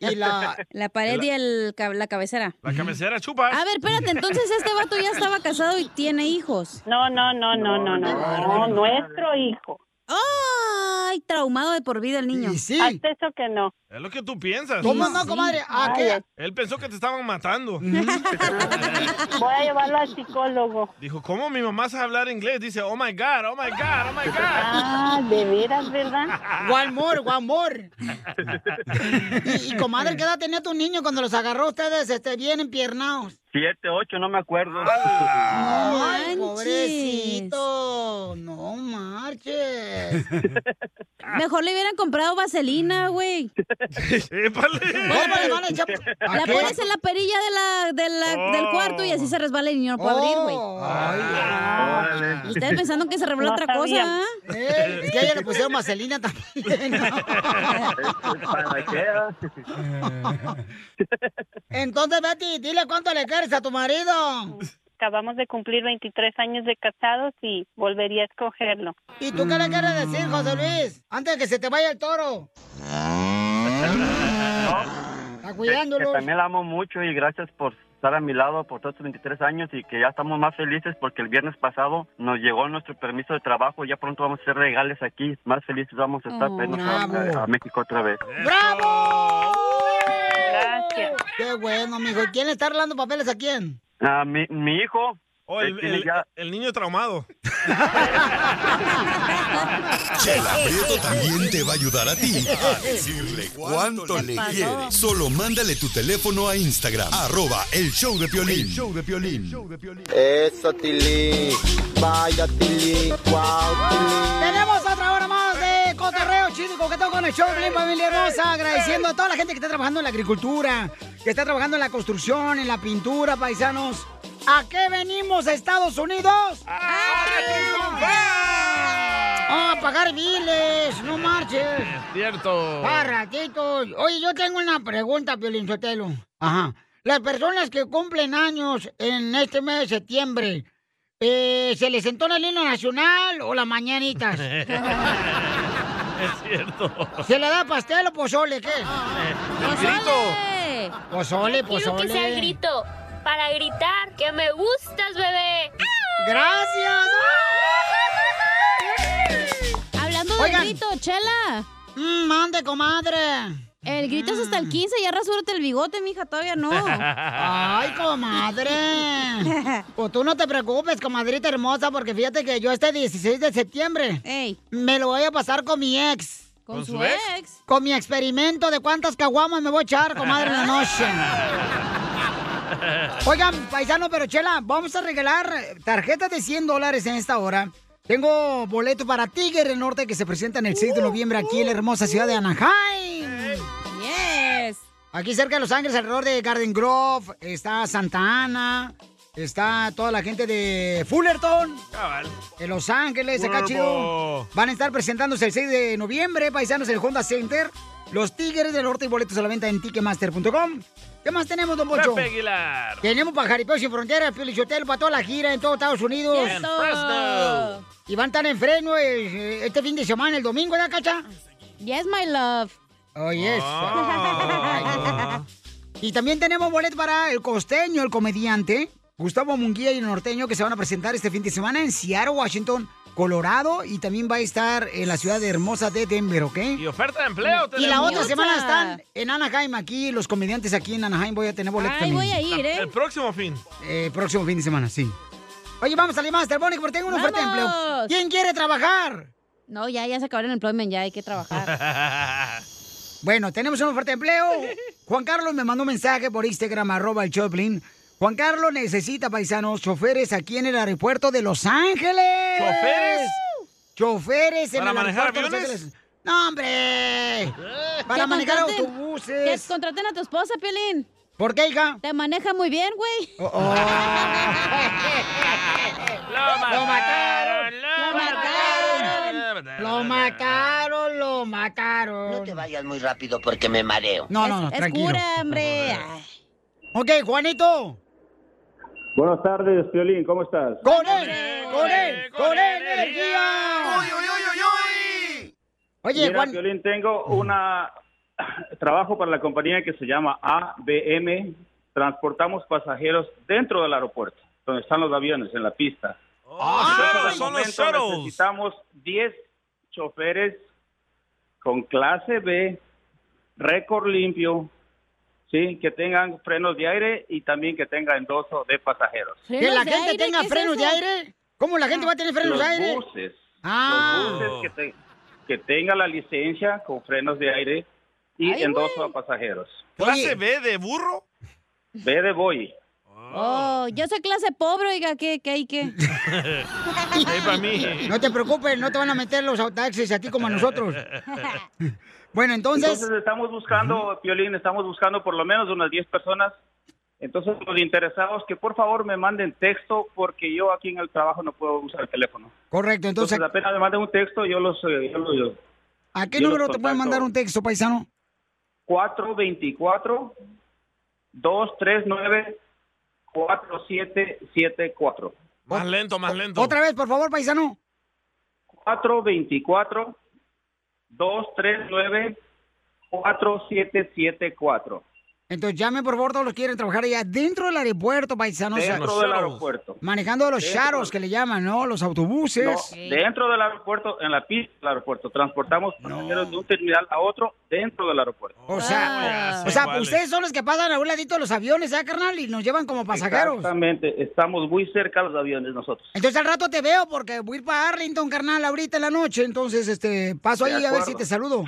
D: y la...
F: (laughs) La pared y el, ca- la cabecera.
E: La cabecera chupa.
F: A ver, espérate, entonces este vato ya estaba casado y tiene hijos.
Y: No, no, no, no, no, no, no, nuestro hijo.
F: ¡Ay! Traumado de por vida el niño.
D: sí.
Y: Hasta eso que no.
E: Es lo que tú piensas.
Y: ¿Cómo no, Sí. comadre? ¿A Ay, qué?
E: Él pensó que te estaban matando.
Y: Voy a llevarlo al psicólogo.
E: (laughs) Dijo, ¿cómo mi mamá sabe hablar inglés? Dice, oh my God, oh my God, oh my God.
Y: Ah, de veras, ¿verdad?
D: One more, one more. Y, y, comadre, ¿qué edad tenía tu niño cuando los agarró ustedes este, bien empiernados?
Z: (laughs) Siete, ocho, no me acuerdo. Ah. (laughs)
D: ¡Ay, pobrecito! Oh, No marches.
F: (laughs) Mejor le hubieran comprado vaselina, güey.
D: pues,
F: La pones en la perilla de la, de la- del cuarto y así se resbala el niño no puede abrir, güey. Ustedes pensando que se reveló
D: No
F: otra
D: sabía.
F: cosa. ¿ah?
D: Eh, es que a ella le pusieron vaselina también.
Z: ¿Para qué?
D: Entonces, Betty, dile cuánto le quieres a tu marido.
Y: Acabamos de cumplir 23 años de casados y volvería a escogerlo.
D: ¿Y tú qué le quieres decir, José Luis? Antes de que se te vaya el toro. Está
Z: Que
D: cuidándolo.
Z: también la amo mucho y gracias por estar a mi lado por todos estos 23 años y que ya estamos más felices porque el viernes pasado nos llegó nuestro permiso de trabajo. Ya pronto vamos a ser regales aquí. Más felices vamos a estar
D: Oh,
Z: para irnos a-
D: bravo.
Z: a, a México otra vez.
D: ¡Bravo! Gracias. Qué bueno, mijo. ¿Y quién le está arreglando papeles a quién?
Z: Ah, mi, mi hijo.
E: Oh,
Z: él
E: el,
Z: tiene
E: el-
Z: ya-
E: el niño traumado.
L: (laughs) Chela Prieto también te va a ayudar a ti a decirle cuánto le quiere. Solo mándale tu teléfono a Instagram, arroba el show de Piolín.
H: Eso, Tilín. Vaya, Tilín. Wow,
D: Tenemos otra hora más de cotorreo chido que tengo con el show de Piolín, familia hermosa. Agradeciendo a toda la gente que está trabajando en la agricultura, que está trabajando en la construcción, en la pintura, paisanos. ¿A qué venimos a Estados Unidos? ¡A ¡A pagar biles! ¡No marches!
E: Cierto.
D: Barratitos. Oye, yo tengo una pregunta, Piolín Sotelo. Ajá. Las personas que cumplen años en este mes de septiembre, eh, ¿se les entona el himno nacional o las mañanitas?
M: Es cierto.
D: ¿Se le da pastel o pozole? ¿Qué?
C: Eh,
P: grito.
D: Pozole,
P: Quiero que sea el
D: pozole.
P: grito para gritar que me gustas, bebé.
D: ¡Gracias!
F: Hablando de
D: Oigan.
F: grito, chela.
D: Mm, mande, comadre.
F: El grito es hasta el 15, ya rasúrate el bigote, mija, todavía no.
D: (laughs) Ay,
P: (laughs)
D: comadre. Pues tú no te preocupes, comadrita hermosa, porque fíjate que yo este 16 de septiembre me lo voy a pasar con mi ex.
F: ¿Con ¿Con su su ex? ex?
D: Con mi experimento de cuántas caguamas me voy a echar, comadre, en la noche. pues. Oigan, paisano, pero chela, vamos a regalar tarjetas de 100 dólares en esta hora. Tengo boleto para Tigre del Norte que se presenta en el 6 de noviembre aquí en la hermosa ciudad de Anaheim.
F: Yes.
D: Aquí cerca de Los Ángeles, alrededor de Garden Grove, está Santa Ana, está toda la gente de Fullerton,
E: Cabal.
D: de Los Ángeles, acá
E: Huevo.
D: chido. Van a estar presentándose el 6 de noviembre, paisanos, el Honda Center. Los Tigres del Norte y boletos a la venta en Ticketmaster.com. ¿Qué más tenemos, Don Poncho?
E: Pepe Aguilar.
D: Tenemos para Jaripeo Sin Fronteras, Pelichotel, para toda la gira en todos Estados Unidos.
E: En Fresno.
D: Y van a estar en freno este fin de semana, el domingo, ¿verdad, Cacha?
F: Yes, my love.
D: Oh, yes.
F: Ah.
D: y también tenemos boleto para el costeño, el comediante, Gustavo Munguía y el norteño, que se van a presentar este fin de semana en Seattle, Washington, Colorado. Y también va a estar en la ciudad de hermosa de Denver, ¿ok?
E: Y oferta de empleo.
D: Y la
E: tenemos.
D: otra semana están en Anaheim, aquí los comediantes aquí en Anaheim. Voy a tener boleto también.
E: El próximo fin.
D: Eh, próximo fin de semana, sí. Oye, vamos al más telefónico porque tengo una oferta de empleo. ¿Quién quiere trabajar?
F: No, ya, ya se acabó el employment, ya hay que
D: (laughs)
F: trabajar.
D: Bueno, tenemos una oferta de empleo. Juan Carlos me mandó un mensaje por Instagram, arroba el Choplin. Juan Carlos necesita, paisanos, choferes aquí en el aeropuerto de Los Ángeles.
E: ¿Choferes?
D: Choferes en
E: ¿Para
D: el
E: manejar
D: aeropuerto de Los
E: aviones?
D: Ángeles. ¡No, hombre! Para
F: Que
D: manejar
F: contraten-
D: autobuses.
F: Que contraten a tu esposa, Piolín.
D: ¿Por qué, hija? Oh,
F: Te maneja muy bien, güey.
D: ¡Lo mataron! ¡Lo mataron! ¡Lo mataron! ¡Lo mataron! No te
B: vayas muy rápido porque me mareo.
D: No, no, no,
B: Es- es
D: tranquilo.
B: cura,
F: hombre.
D: Ok, Juanito.
O: Buenas tardes, Piolín, ¿cómo estás?
D: ¡Con él! ¡Con él! ¡Con energía! ¡Uy, uy, uy, Oye,
O: Mira,
D: Juan-
O: Piolín, tengo una trabajo para la compañía que se llama ABM. Transportamos pasajeros dentro del aeropuerto, donde están los aviones, en la pista.
E: Ah, son los
O: Entonces, al momento
E: shuttles.
O: necesitamos 10 choferes con clase B, récord limpio, sí, que tengan frenos de aire y también que tengan endoso de pasajeros.
D: ¿Que la gente tenga frenos de aire? ¿Cómo la gente va a tener frenos
O: los
D: de aire?
O: buses.
D: Ah.
O: Los buses que, te- que tenga la licencia con frenos de aire y
E: Ay,
O: endoso a pasajeros.
E: ¿Clase B de burro?
O: Ve de
E: (laughs)
O: boy.
F: (laughs) Oh, yo soy clase pobre, oiga, ¿qué, qué hay que?
E: para mí.
D: No te preocupes, no te van a meter los taxis a ti como a
O: (laughs)
D: nosotros. Bueno, entonces...
O: estamos buscando, Piolín, estamos buscando por lo menos unas 10 personas. Entonces, los interesados, que por favor me manden texto porque yo aquí en el trabajo no puedo usar el teléfono.
D: Correcto, entonces,
O: apenas me manden un texto, yo los... eh, yo los
D: ¿a qué
O: yo los
D: número te pueden
O: contacto.
D: mandar un texto, paisano?
O: 424-239-4774.
E: Más lento, más lento.
D: Otra vez, por favor, paisano.
O: 424-239-4774.
D: Entonces llamen, por favor, todos los que quieren trabajar allá dentro del aeropuerto, paisanos.
O: Dentro Los del shuttles. aeropuerto.
D: Manejando los
O: Dentro.
D: charos que le llaman, ¿no? Los autobuses.
O: No, dentro del aeropuerto, en la pista del aeropuerto, transportamos pasajeros de un terminal a otro dentro del aeropuerto.
D: O sea, o sea, ustedes son los que pasan a un ladito de los aviones, ¿ya, carnal? Y nos llevan como pasajeros.
O: Exactamente, estamos muy cerca de los aviones nosotros.
D: Entonces al rato te veo porque voy a ir para Arlington, carnal, ahorita en la noche. Entonces, este, paso
O: De
D: ahí a ver
O: acuerdo.
D: si te saludo.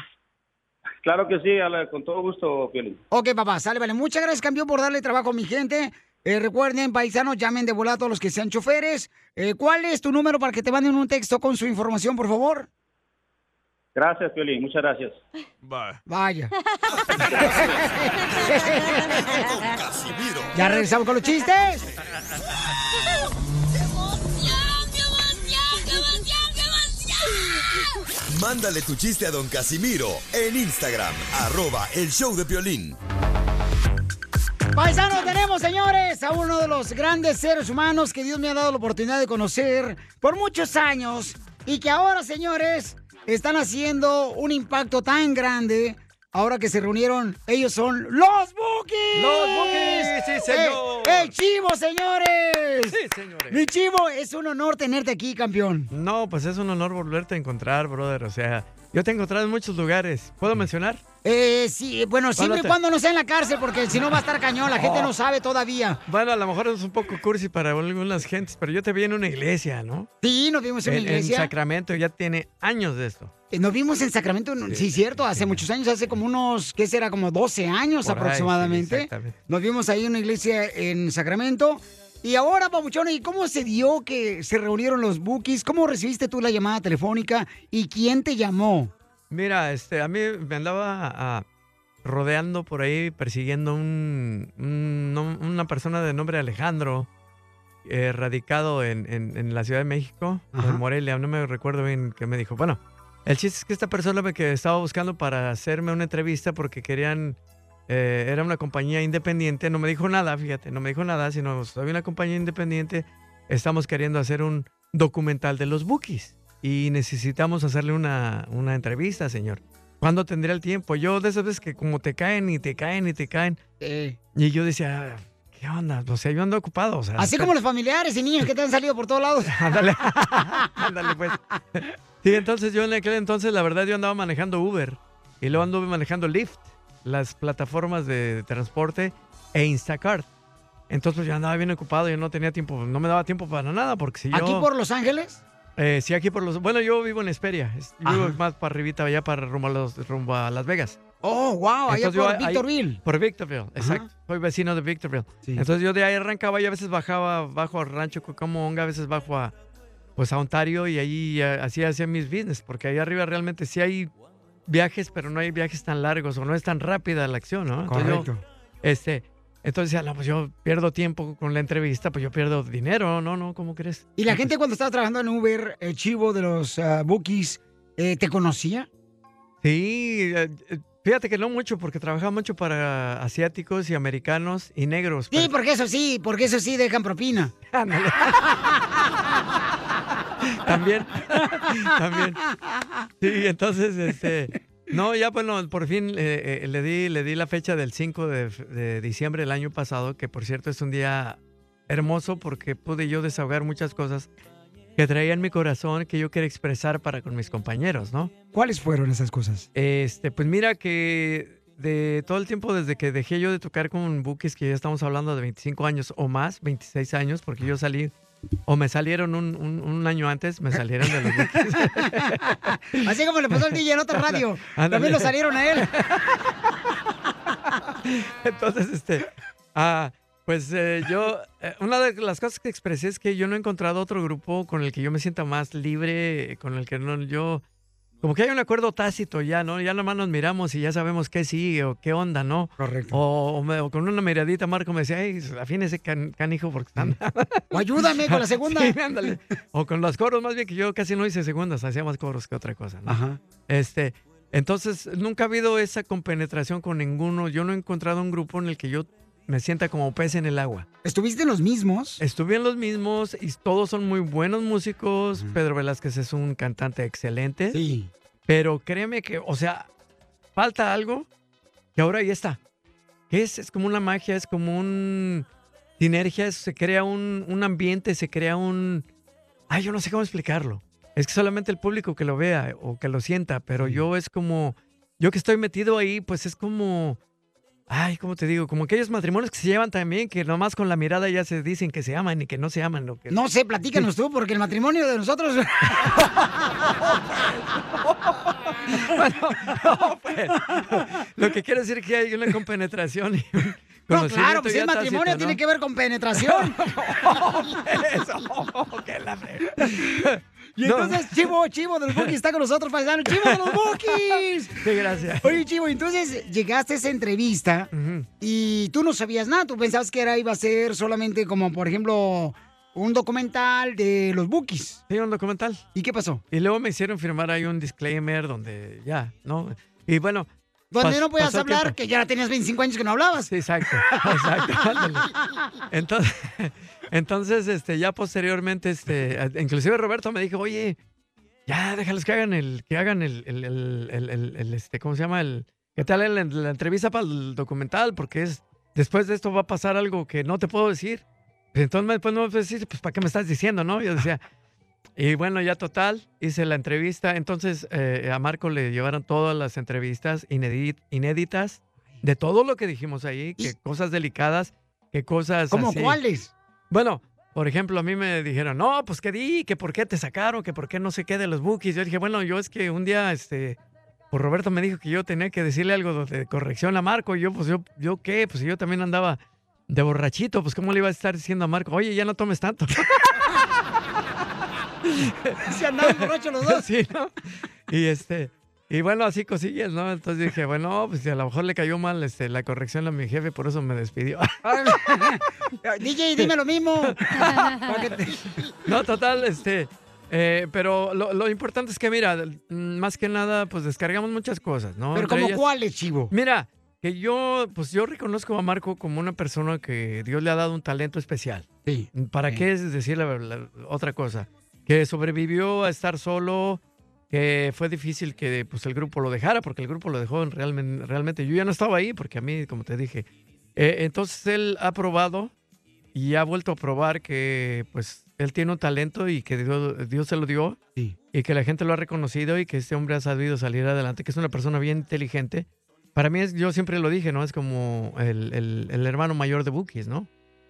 O: Claro que sí, Ale, con todo gusto, Piolín.
D: Ok, papá, sale, vale. Muchas gracias, campeón, por darle trabajo a mi gente. Eh, recuerden, paisanos, llamen de volada a todos los que sean choferes. Eh, ¿Cuál es tu número para que te manden un texto con su información, por favor?
O: Gracias, Piolín, muchas gracias.
D: Vaya.
L: Con Casimiro.
D: ya regresamos con los chistes.
L: Mándale tu chiste a don Casimiro en Instagram, arroba el show de Piolín.
D: Paisanos, tenemos, señores, a uno de los grandes seres humanos que Dios me ha dado la oportunidad de conocer por muchos años y que ahora, señores, están haciendo un impacto tan grande. Ahora que se reunieron, ellos son los Bookies.
E: Los Bookies, sí, señor.
D: ¡Eh, eh, chivo, señores!
E: Sí, señores.
D: Mi chivo, es un honor tenerte aquí, campeón.
E: No, pues es un honor volverte a encontrar, brother. O sea,
J: Yo te he encontrado en muchos lugares. ¿Puedo mencionar?
D: Eh, sí, bueno, siempre y
J: Pálate.
D: cuando no sea en la cárcel, porque si no va a estar cañón, la gente
J: Oh.
D: no sabe todavía.
J: Bueno, a lo mejor es un poco cursi para algunas gentes, pero yo te vi en una iglesia, ¿no?
D: Sí, nos vimos en una iglesia.
J: En Sacramento, ya tiene años de esto.
D: Eh, Nos vimos en Sacramento, no- sí, cierto, hace muchos años, hace como unos, ¿qué será? Como 12 años
J: Por ahí, sí,
D: aproximadamente.
J: exactamente.
D: Nos vimos ahí en una iglesia en Sacramento. Y ahora, Pabuchón, ¿y cómo se dio que se reunieron los bookies? ¿Cómo recibiste tú la llamada telefónica? ¿Y quién te llamó?
J: Mira, este, a mí me andaba ah, rodeando por ahí, persiguiendo un, un- no- una persona de nombre Alejandro, eh, radicado en, en- en la Ciudad de México, o en Morelia, no me recuerdo bien qué me dijo. Bueno, el chiste es que esta persona me que estaba buscando para hacerme una entrevista porque querían, eh, era una compañía independiente, no me dijo nada, fíjate, no me dijo nada, sino soy una compañía independiente, estamos queriendo hacer un documental de los bookies y necesitamos hacerle una, una entrevista, señor. ¿Cuándo tendría el tiempo? Yo de esas veces que como te caen y te caen y te caen. Y yo decía, "Ah, ¿qué onda? O sea, yo ando ocupado. O sea,
D: Así como los familiares y niños que te han salido por todos lados.
J: Ándale. Ándale, pues. Sí, entonces yo en aquel entonces, la verdad, yo andaba manejando Uber y luego anduve manejando Lyft, las plataformas de transporte e Instacart. Entonces pues, yo andaba bien ocupado, yo no tenía tiempo, no me daba tiempo para nada porque si yo...
D: ¿Aquí por Los Ángeles?
J: Eh, sí, aquí por los... Bueno, yo vivo en Esperia, es- vivo
D: Ajá.
J: más para arribita, allá para rumbo a, los- rumbo a Las Vegas.
D: Oh, wow, allá
J: Entonces, yo
D: por
J: ahí-
D: Victorville.
J: Por Victorville, exacto. Soy vecino de Victorville. Entonces yo de ahí arrancaba y a veces bajaba bajo a Rancho Cucamonga, a veces bajo a, pues a Ontario y ahí eh, así hacía mis business, porque ahí arriba realmente sí hay viajes, pero no hay viajes tan largos o no es tan rápida la acción, ¿no? Entonces, yo,
W: Correcto.
J: este, entonces decía, no, pues yo pierdo tiempo con la entrevista, pues yo pierdo dinero, no, no, ¿cómo crees?
D: ¿Y la gente cuando estaba trabajando en Uber, el chivo de los ah, bookies, eh, te conocía?
J: Sí, eh, eh, fíjate que no mucho, porque trabajaba mucho para asiáticos y americanos y negros. (laughs)
D: Sí, porque eso sí, porque eso sí dejan propina.
J: También. (laughs) También. Sí, entonces, este. No, ya bueno, por fin eh, eh, le di le di la fecha del 5 de, f- de diciembre del año pasado, que por cierto es un día hermoso porque pude yo desahogar muchas cosas que traía en mi corazón que yo quería expresar para con mis compañeros, ¿no?
D: ¿Cuáles fueron esas cosas?
J: Este, pues mira que de todo el tiempo desde que dejé yo de tocar con buques, que ya estamos hablando de 25 años o más, 26 años, porque yo salí, o me salieron un, un- un año antes, me salieron de los buques.
D: Así como le pasó al DJ en otra radio.
J: Ándale.
D: También lo salieron a él.
J: Entonces, este, ah, pues eh, yo, eh, una de las cosas que expresé es que yo no he encontrado otro grupo con el que yo me sienta más libre, eh, con el que no, yo, como que hay un acuerdo tácito ya, ¿no? Ya nomás nos miramos y ya sabemos qué sigue o qué onda, ¿no?
D: Correcto.
J: O, o me- o con una miradita, Marco me decía, ay, afínese can- canijo porque están...
D: O ayúdame
J: (laughs)
D: con la segunda.
J: Sí, ándale. O con los coros, más bien que yo casi no hice segundas, hacía más coros que otra cosa. ¿no? Este, entonces, nunca ha habido esa compenetración con ninguno. Yo no he encontrado un grupo en el que yo me sienta como pez en el agua.
D: ¿Estuviste en los mismos?
J: Estuve en los mismos y todos son muy buenos músicos. Pedro Velázquez es un cantante excelente.
D: Sí.
J: Pero créeme que, o sea, falta algo que ahora ya está. Que Es, es como una magia, es como un sinergia, es- se crea un, un ambiente, se crea un... Ay, yo no sé cómo explicarlo. Es que solamente el público que lo vea o que lo sienta, pero yo es como... Yo que estoy metido ahí, pues es como... Ay, ¿cómo te digo? Como aquellos matrimonios que se llevan también, que nomás con la mirada ya se dicen que se aman y que no se aman. o que...
D: No sé, platícanos tú, porque el matrimonio de
J: (laughs)
D: nosotros. (laughs)
J: pues. Lo que quiero decir es que hay una compenetración. y un
D: (laughs) No,
J: conocimiento
D: claro, pues si
J: ya
D: es matrimonio,
J: tácito, ¿no?
D: tiene que ver con
J: (laughs)
D: penetración. Y
J: No.
D: entonces, Chivo, Chivo de los Bookies está con nosotros, paisano. ¡Chivo de los Bookies!
J: Sí, gracias.
D: Oye, Chivo, entonces llegaste a esa entrevista y tú no sabías nada. Tú pensabas que era iba a ser solamente como, por ejemplo, un documental de los Bookies.
J: Sí, un documental.
D: ¿Y qué pasó?
J: Y luego me hicieron firmar ahí un disclaimer donde ya, ¿no? Y bueno.
D: Donde
J: pas-
D: no podías
J: pasó el
D: hablar,
J: tiempo.
D: que ya tenías 25 años que no hablabas. (laughs)
J: exacto. Exacto. ándale. Entonces, (laughs) entonces este, ya posteriormente, este, a- inclusive Roberto me dijo, oye, ya déjalos que hagan el, que hagan el, el- el- el- el- el, este, ¿cómo se llama? El, ¿Qué tal el- el- la entrevista para el documental? Porque es, después de esto va a pasar algo que no te puedo decir. Pues entonces después no me puedes decir, pues, ¿para qué me estás diciendo, no? Yo decía, Y bueno, ya total, hice la entrevista. Entonces eh, a Marco le llevaron todas las entrevistas inedi- inéditas de todo lo que dijimos ahí, que cosas delicadas, que cosas
D: ¿Cómo
J: así.
D: cuáles?
J: Bueno, por ejemplo, a mí me dijeron, no, pues que di, que por qué te sacaron, que por qué no sé qué de los bookies. Yo dije, bueno, yo es que un día, este, pues Roberto me dijo que yo tenía que decirle algo de corrección a Marco. Y yo, pues yo, yo qué, pues yo también andaba de borrachito, pues cómo le iba a estar diciendo a Marco, oye, ya no
D: (laughs)
J: tomes tanto.
D: Se andaban borrachos los dos.
J: (laughs) Sí, ¿no? Y este, y bueno, así cosillas, ¿no? Entonces dije, bueno, pues a lo mejor le cayó mal este, la corrección a mi jefe, por eso me despidió. (laughs)
D: (laughs) DJ, dime lo mismo. Para que te-
J: No, total, este. eh, pero lo, lo importante es que, mira, mm, más que nada, pues descargamos muchas cosas, ¿no?
D: Pero
J: Entre
D: ¿cómo
J: ellas-
D: cuáles, Chivo?
J: Mira, que yo, pues yo reconozco a Marco como una persona que Dios le ha dado un talento especial.
D: Sí.
J: ¿Para qué es decir la- la- otra cosa? Que sobrevivió a estar solo, que fue difícil que pues, el grupo lo dejara, porque el grupo lo dejó en realmen- realmente. Yo ya no estaba ahí, porque a mí, como te dije. eh, entonces él ha probado y ha vuelto a probar que pues él tiene un talento y que Dios, Dios se lo dio y que la gente lo ha reconocido y que este hombre ha sabido salir adelante, que es una persona bien inteligente. Para mí, es, yo siempre lo dije, ¿no? Es como el, el- el hermano mayor de Bookies, ¿no?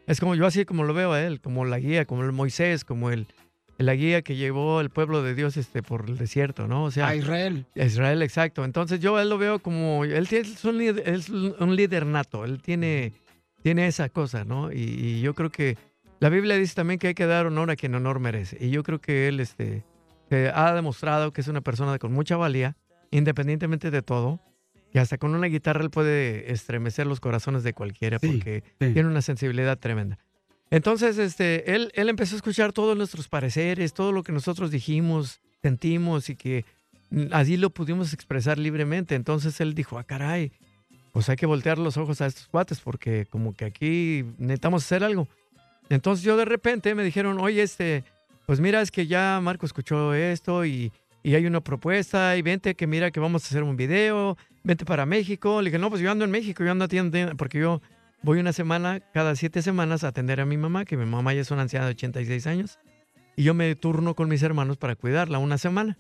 J: Es como yo así como lo veo a él, como la guía, como el Moisés, como el, la guía que llevó el pueblo de Dios este, por el desierto, ¿no? O sea,
D: A Israel.
J: Israel, exacto. Entonces yo a él lo veo como, él tiene- es un, líder- es un líder nato, él tiene, tiene esa cosa, ¿no? Y, y yo creo que la Biblia dice también que hay que dar honor a quien honor merece. Y yo creo que él este, eh, ha demostrado que es una persona con mucha valía, independientemente de todo, que hasta con una guitarra él puede estremecer los corazones de cualquiera porque tiene una sensibilidad tremenda. Entonces, este, él, él empezó a escuchar todos nuestros pareceres, todo lo que nosotros dijimos, sentimos y que mm, así lo pudimos expresar libremente. Entonces él dijo, ah, caray, pues hay que voltear los ojos a estos cuates porque como que aquí necesitamos hacer algo. Entonces yo de repente me dijeron, oye, este, pues mira, es que ya Marco escuchó esto y, y hay una propuesta y vente que mira que vamos a hacer un video, vente para México. Le dije, no, pues yo ando en México, yo ando atiendo, porque yo voy una semana, cada siete semanas a atender a mi mamá, que mi mamá ya es una anciana de 86 años, y yo me turno con mis hermanos para cuidarla una semana.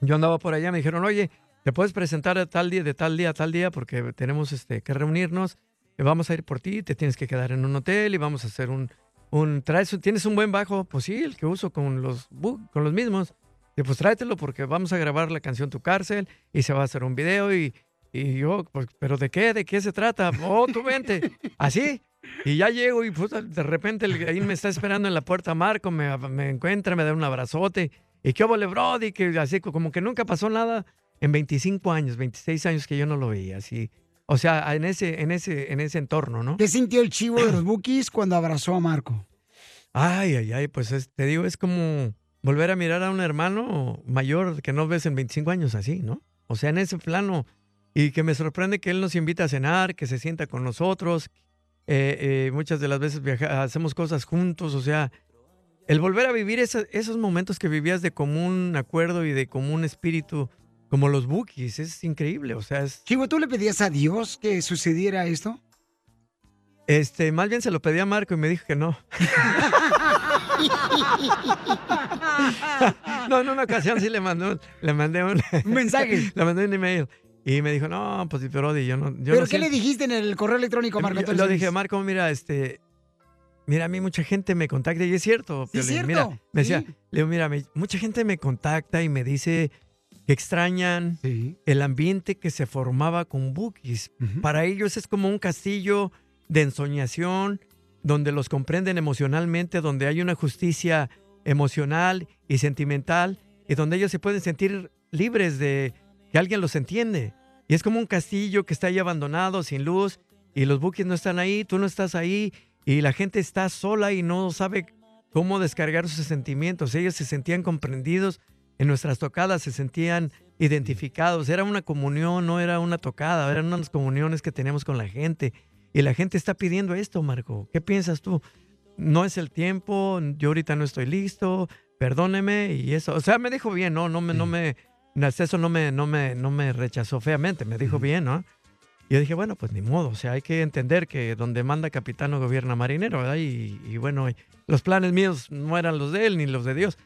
J: Yo andaba por allá, me dijeron, oye, te puedes presentar a tal día, de tal día a tal día, porque tenemos este, que reunirnos, eh, vamos a ir por ti, te tienes que quedar en un hotel y vamos a hacer un... un traes, ¿Tienes un buen bajo? Pues sí, el que uso con los, bu- con los mismos. Y pues tráetelo porque vamos a grabar la canción Tu Cárcel y se va a hacer un video y, y yo, pues, ¿pero de qué? ¿De qué se trata? Oh, tú vente. Así. Y ya llego y puta, de repente el- ahí me está esperando en la puerta Marco, me, me encuentra, me da un abrazote. Y qué obole, Brody, que así como que nunca pasó nada en 25 años, 26 años que yo no lo veía así. O sea, en ese, en ese, en ese entorno, ¿no?
D: ¿Qué sintió el chivo de los Bookies cuando abrazó a Marco?
J: Ay, ay, ay, pues es- te digo, es como volver a mirar a un hermano mayor que no ves en 25 años así, ¿no? O sea, en ese plano. Y que me sorprende que él nos invita a cenar, que se sienta con nosotros. Eh, eh, muchas de las veces viaja- hacemos cosas juntos, o sea, el volver a vivir esa- esos momentos que vivías de común acuerdo y de común espíritu, como los bookies, es increíble, o sea, es...
D: Chivo, ¿tú le pedías a Dios que sucediera esto?
J: Este, más bien se lo pedí a Marco y me dijo que
D: (laughs)
J: no. (laughs) no, en una ocasión sí le mandé un, le
D: (laughs)
J: mandé un,
D: mensaje.
J: (laughs) le mandé un email. Y me dijo, no, pues Brody, yo no. Yo
D: ¿Pero
J: no
D: qué le
J: siento-
D: dijiste en el correo electrónico, Marco?
J: Yo,
D: Antonio
J: lo
D: Solís?
J: dije, Marco, mira, este. Mira, a mí mucha gente me contacta y es cierto.
D: Sí, es
J: Piolín,
D: cierto,
J: Mira, me decía,
D: sí.
J: le digo, mira, me- mucha gente me contacta y me dice que extrañan el ambiente que se formaba con Bookies. Para ellos es como un castillo de ensoñación donde los comprenden emocionalmente, donde hay una justicia emocional y sentimental y donde ellos se pueden sentir libres de que alguien los entiende. Y es como un castillo que está ahí abandonado, sin luz, y los buques no están ahí, tú no estás ahí, y la gente está sola y no sabe cómo descargar sus sentimientos. Ellos se sentían comprendidos en nuestras tocadas, se sentían identificados. Era una comunión, no era una tocada, eran unas comuniones que teníamos con la gente. Y la gente está pidiendo esto, Marco. ¿Qué piensas tú? No es el tiempo, yo ahorita no estoy listo, perdóneme y eso. O sea, me dijo bien, no, no me, no me, eso no me, no me, no me rechazó feamente, me dijo bien, ¿no? Y yo dije, bueno, pues ni modo, o sea, hay que entender que donde manda capitán no gobierna marinero, ¿verdad? Y, y bueno, y los planes míos no eran los de él ni los de Dios.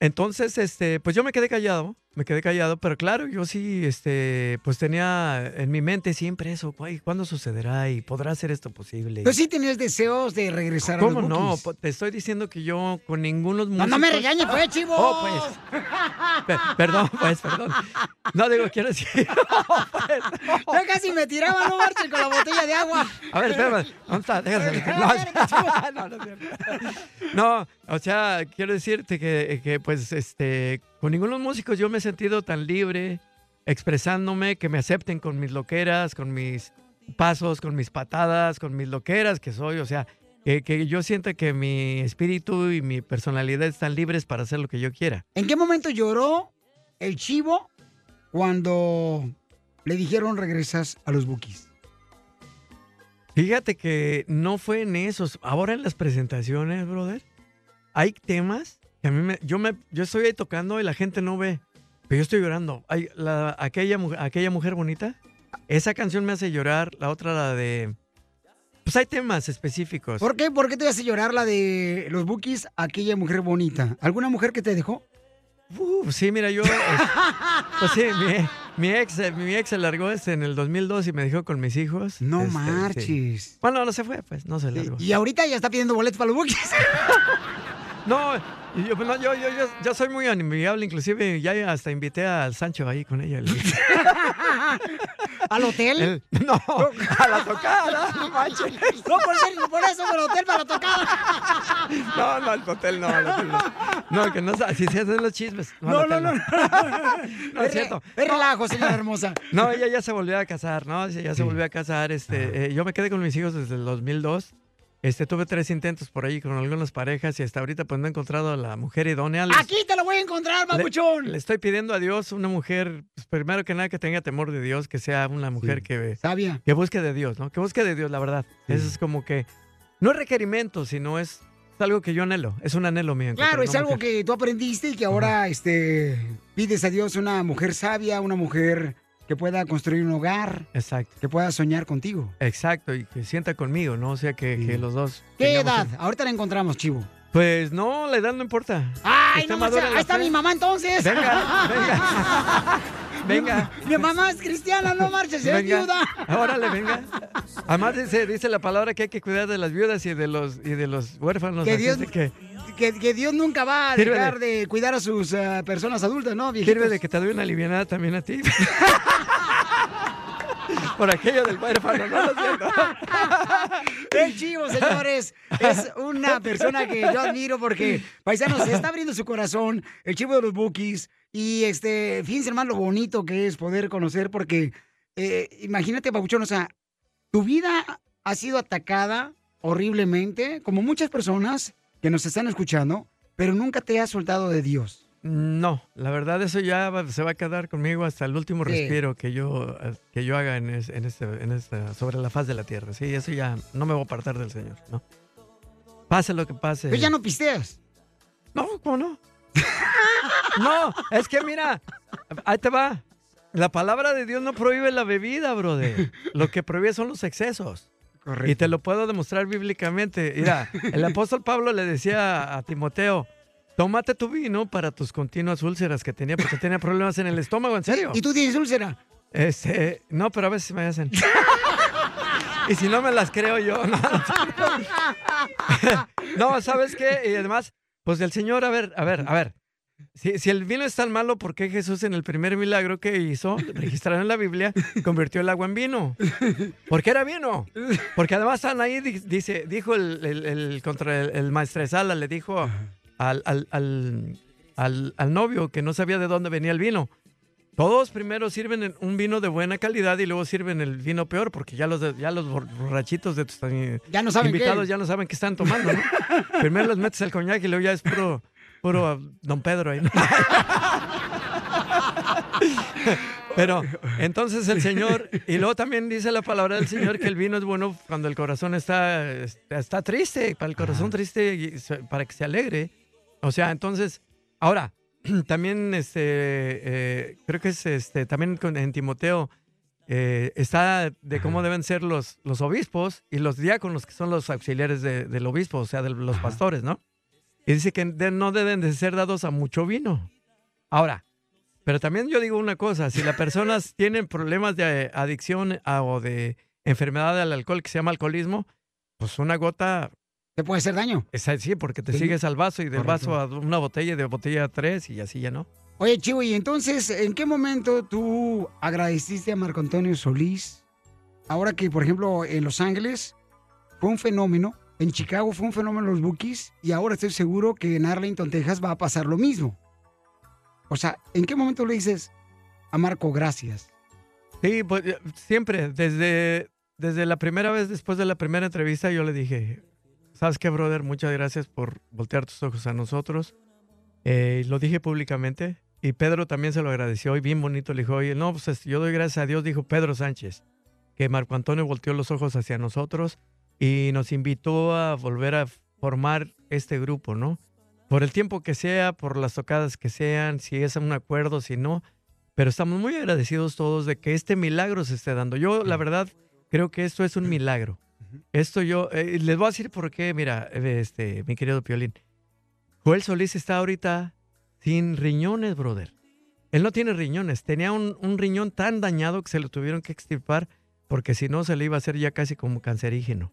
J: Entonces, este, pues yo me quedé callado, me quedé callado, pero claro, yo sí, este, pues tenía en mi mente siempre eso, "Ay, ¿cuándo sucederá y podrá ser esto posible?
D: Pero Pues sí tenías deseos de regresar
J: ¿Cómo
D: a los
J: no?
D: Bookies.
J: Po- Te estoy diciendo que yo con ninguno de los
D: No, no me
J: músicos-
D: regañes, pues, chivo.
J: Oh, pues.
D: (laughs)
J: Pe- perdón, pues, perdón. No, digo, quiero decir...
D: Yo casi me tiraba, no marchen con la botella de agua.
J: A ver, espérame, ¿dónde está? Déjame- (laughs) No, No, o sea, quiero decirte que, que, pues, este, con ninguno de los músicos yo me he sentido tan libre expresándome, que me acepten con mis loqueras, con mis pasos, con mis patadas, con mis loqueras que soy, o sea, que, que yo sienta que mi espíritu y mi personalidad están libres para hacer lo que yo quiera.
D: ¿En qué momento lloró el chivo cuando le dijeron regresas a los Bookies?
J: Fíjate que no fue en esos. Ahora en las presentaciones, brother, hay temas que a mí me. Yo, me, yo estoy ahí tocando y la gente no ve. Pero yo estoy llorando. Ay, la- aquella, mu- aquella mujer bonita, esa canción me hace llorar. La otra, la de. Pues hay temas específicos.
D: ¿Por qué, ¿Por qué te hace llorar la de los Bookies, aquella mujer bonita? ¿Alguna mujer que te dejó?
J: Uh, sí, mira, yo. es- pues sí, mi, mi ex, eh, mi ex se largó este en el 2002 y me dejó con mis hijos.
D: No
J: Este, sí.
D: marches.
J: Bueno, no se fue, pues, no se largó.
D: Y ahorita ya está pidiendo boletos para los Bookies.
J: No, y yo, pues, no, yo, yo, yo, yo soy muy amigable, inclusive ya hasta invité al Sancho ahí
D: (laughs)
J: con ella.
D: ¿Al hotel?
J: El- no, a la tocada.
D: no manches. No, por, ser- por eso, por el hotel, para tocar.
J: No, no, al hotel no, al hotel no. No, que no, sa- si se hacen los chismes. al
D: No, no,
J: hotel
D: no.
J: (laughs) No es cierto.
D: Es relajo, señora hermosa.
J: No, ella ya se volvió a casar, ¿no? Ella ya se volvió a casar. Este, eh, yo me quedé con mis hijos desde el 2002. Este, tuve tres intentos por ahí con algunas parejas y hasta ahorita pues no he encontrado a la mujer idónea. Les-
D: Aquí te lo voy a encontrar,
J: le-
D: papuchón.
J: Le, estoy pidiendo a Dios una mujer, pues, primero que nada, que tenga temor de Dios, que sea una mujer que...
D: Sabia.
J: Que busque de Dios, ¿no? Que busque de Dios, la verdad. Eso es como que... No es requerimiento, sino es, es algo que yo anhelo. Es un anhelo mío. encontrar
D: Claro, es
J: una
D: algo
J: mujer.
D: que tú aprendiste y que ahora este, pides a Dios una mujer sabia, una mujer que pueda construir un hogar,
J: Exacto.
D: que pueda soñar contigo.
J: Exacto, y que sienta conmigo, ¿no? O sea, que, que los dos...
D: ¿Qué
J: tengamos
D: edad? Ahorita la encontramos, chivo.
J: un- Pues no, la edad no importa.
D: ¡Ay,
J: Está
D: no! o
J: madura
D: sea,
J: la
D: ahí está
J: fe.
D: mi mamá entonces.
J: Venga,
D: (laughs)
J: Venga,
D: mi mamá es cristiana, no marches, es
J: venga.
D: viuda. (laughs)
J: Órale, venga. Además dice, dice la palabra que hay que cuidar de las viudas y de los, y de los huérfanos.
D: Que
J: así
D: Dios-
J: es de que...
D: Que, que Dios nunca va a
J: Sírvele.
D: dejar de cuidar a sus eh, personas adultas, ¿no, viejitos?
J: Sirve de que te doy una livianada también a ti. (laughs) Por aquello del huérfano, no lo siento.
D: El chivo, señores, es una persona que yo admiro porque, paisanos, se está abriendo su corazón, el chivo de los bookies. Y este, fíjense, hermano, lo bonito que es poder conocer, porque eh, imagínate, Pabuchón, o sea, tu vida ha sido atacada horriblemente, como muchas personas que nos están escuchando, pero nunca te has soltado de Dios.
J: No, la verdad eso ya va- se va a quedar conmigo hasta el último
D: Sí.
J: respiro que yo, eh, que yo haga en, es- en este, en esta- sobre la faz de la tierra. Sí, eso ya no me voy a apartar del Señor, ¿no? Pase lo que pase.
D: Pero Pues ya no pisteas.
J: No, ¿cómo no? No, es que mira, ahí te va. La palabra de Dios no prohíbe la bebida, brother. Lo que prohíbe son los excesos.
D: Correcto.
J: Y te lo puedo demostrar bíblicamente. Mira, el apóstol Pablo le decía a Timoteo, tómate tu vino para tus continuas úlceras que tenía, porque tenía problemas en el estómago, ¿en serio?
D: ¿Y tú tienes úlcera?
J: Este, no, pero a veces me hacen. (laughs) y si no me las creo yo, no. No, ¿sabes qué? Y además, pues el Señor, a ver, a ver, a ver. Si, si el vino es tan malo, ¿por qué Jesús en el primer milagro que hizo, registrado en la Biblia, convirtió el agua en vino? Porque era vino. Porque además Anaí di- dice, dijo el, el, el contra el, el maestresala, le dijo al, al, al, al- al novio que no sabía de dónde venía el vino. Todos primero sirven en un vino de buena calidad y luego sirven el vino peor, porque ya los, de- ya los bor- borrachitos de tus eh,
D: Ya no saben qué.
J: invitados ya no saben qué están
D: (laughs)
J: tomando. ¿no? Primero les metes el coñac y luego ya es puro, puro ah, Don Pedro ahí. ¿no? Pero entonces el Señor, y luego también dice la palabra del Señor que el vino es bueno cuando el corazón está, este, está triste, para el corazón triste, y se- para que se alegre. O sea, entonces, ahora, (clears throat) también este, eh, creo que es este, también con- en Timoteo eh, está de cómo deben ser los, los obispos y los diáconos, que son los auxiliares de- del obispo, o sea, de los pastores, ¿no? Y dice que de- no deben de ser dados a mucho vino. Ahora, pero también yo digo una cosa, si
D: (laughs)
J: las personas tienen problemas de adicción a- o de enfermedad del alcohol que se llama alcoholismo, pues una gota...
D: Te puede hacer daño.
J: Es así, porque te
D: Sí.
J: sigues al vaso y del
D: Correcto.
J: vaso a una botella y de botella a tres y así ya no.
D: Oye, Chivo, y entonces, ¿en qué momento tú agradeciste a Marco Antonio Solís? Ahora que, por ejemplo, en Los Ángeles fue un fenómeno, en Chicago fue un fenómeno los Bookies, y ahora estoy seguro que en Arlington, Texas va a pasar lo mismo. O sea, ¿en qué momento le dices a Marco gracias?
J: Sí, pues eh, siempre, desde, desde la primera vez, después de la primera entrevista, yo le dije, ¿sabes qué, brother? Muchas gracias por voltear tus ojos a nosotros. Eh, y lo dije públicamente y Pedro también se lo agradeció y bien bonito le dijo, oye, no, pues este, yo doy gracias a Dios, dijo Pedro Sánchez, que Marco Antonio volteó los ojos hacia nosotros y nos invitó a volver a formar este grupo, ¿no? Por el tiempo que sea, por las tocadas que sean, si es un acuerdo, si no, pero estamos muy agradecidos todos de que este milagro se esté dando. Yo, la verdad, creo que esto es un milagro. Esto yo, eh, les voy a decir por qué, mira, eh, este, mi querido Piolín. Joel Solís está ahorita sin riñones, brother. Él no tiene riñones. Tenía un, un riñón tan dañado que se lo tuvieron que extirpar porque si no se le iba a hacer ya casi como cancerígeno.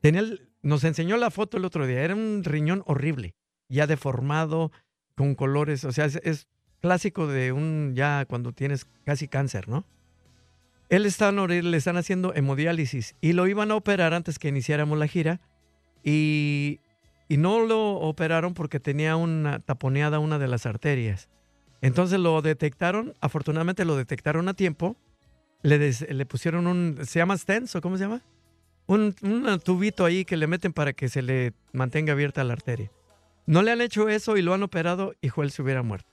J: Tenía el- nos enseñó la foto el otro día. Era un riñón horrible, ya deformado, con colores. O sea, es, es clásico de un ya cuando tienes casi cáncer, ¿no? Él está en Oril, le están haciendo hemodiálisis y lo iban a operar antes que iniciáramos la gira y, y no lo operaron porque tenía una taponeada una de las arterias. Entonces lo detectaron, afortunadamente lo detectaron a tiempo, le, des- le pusieron un, ¿se llama stents o cómo se llama? Un, un tubito ahí que le meten para que se le mantenga abierta la arteria. No le han hecho eso y lo han operado y Joel se hubiera muerto.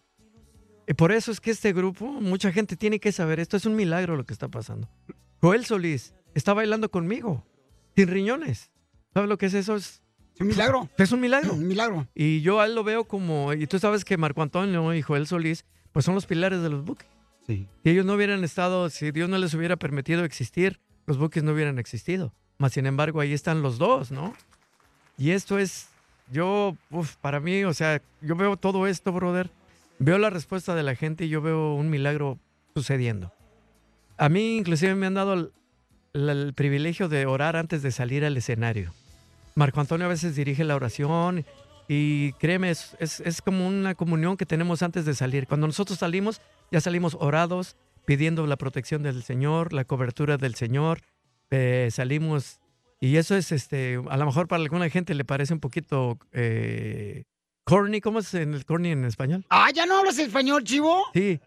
J: Y por eso es que este grupo, mucha gente tiene que saber, esto es un milagro lo que está pasando. Joel Solís está bailando conmigo, sin riñones. ¿Sabes lo que es eso? Es
D: un milagro.
J: (clears throat) Es un milagro.
D: Un milagro.
J: Y yo a él lo veo como, y tú sabes que Marco Antonio y Joel Solís, pues son los pilares de los buques.
D: Sí.
J: Si ellos no hubieran estado, si Dios no les hubiera permitido existir, los buques no hubieran existido. Mas, sin embargo, ahí están los dos, ¿no? Y esto es, yo, uf, para mí, o sea, yo veo todo esto, brother. Veo la respuesta de la gente y yo veo un milagro sucediendo. A mí inclusive me han dado el, el- el privilegio de orar antes de salir al escenario. Marco Antonio a veces dirige la oración y créeme, es, es- es como una comunión que tenemos antes de salir. Cuando nosotros salimos, ya salimos orados, pidiendo la protección del Señor, la cobertura del Señor. eh, salimos y eso es, este, a lo mejor para alguna gente le parece un poquito eh, corny. ¿Cómo es en el corny en español?
D: Ah, ¿ya no hablas español, Chivo?
J: Sí.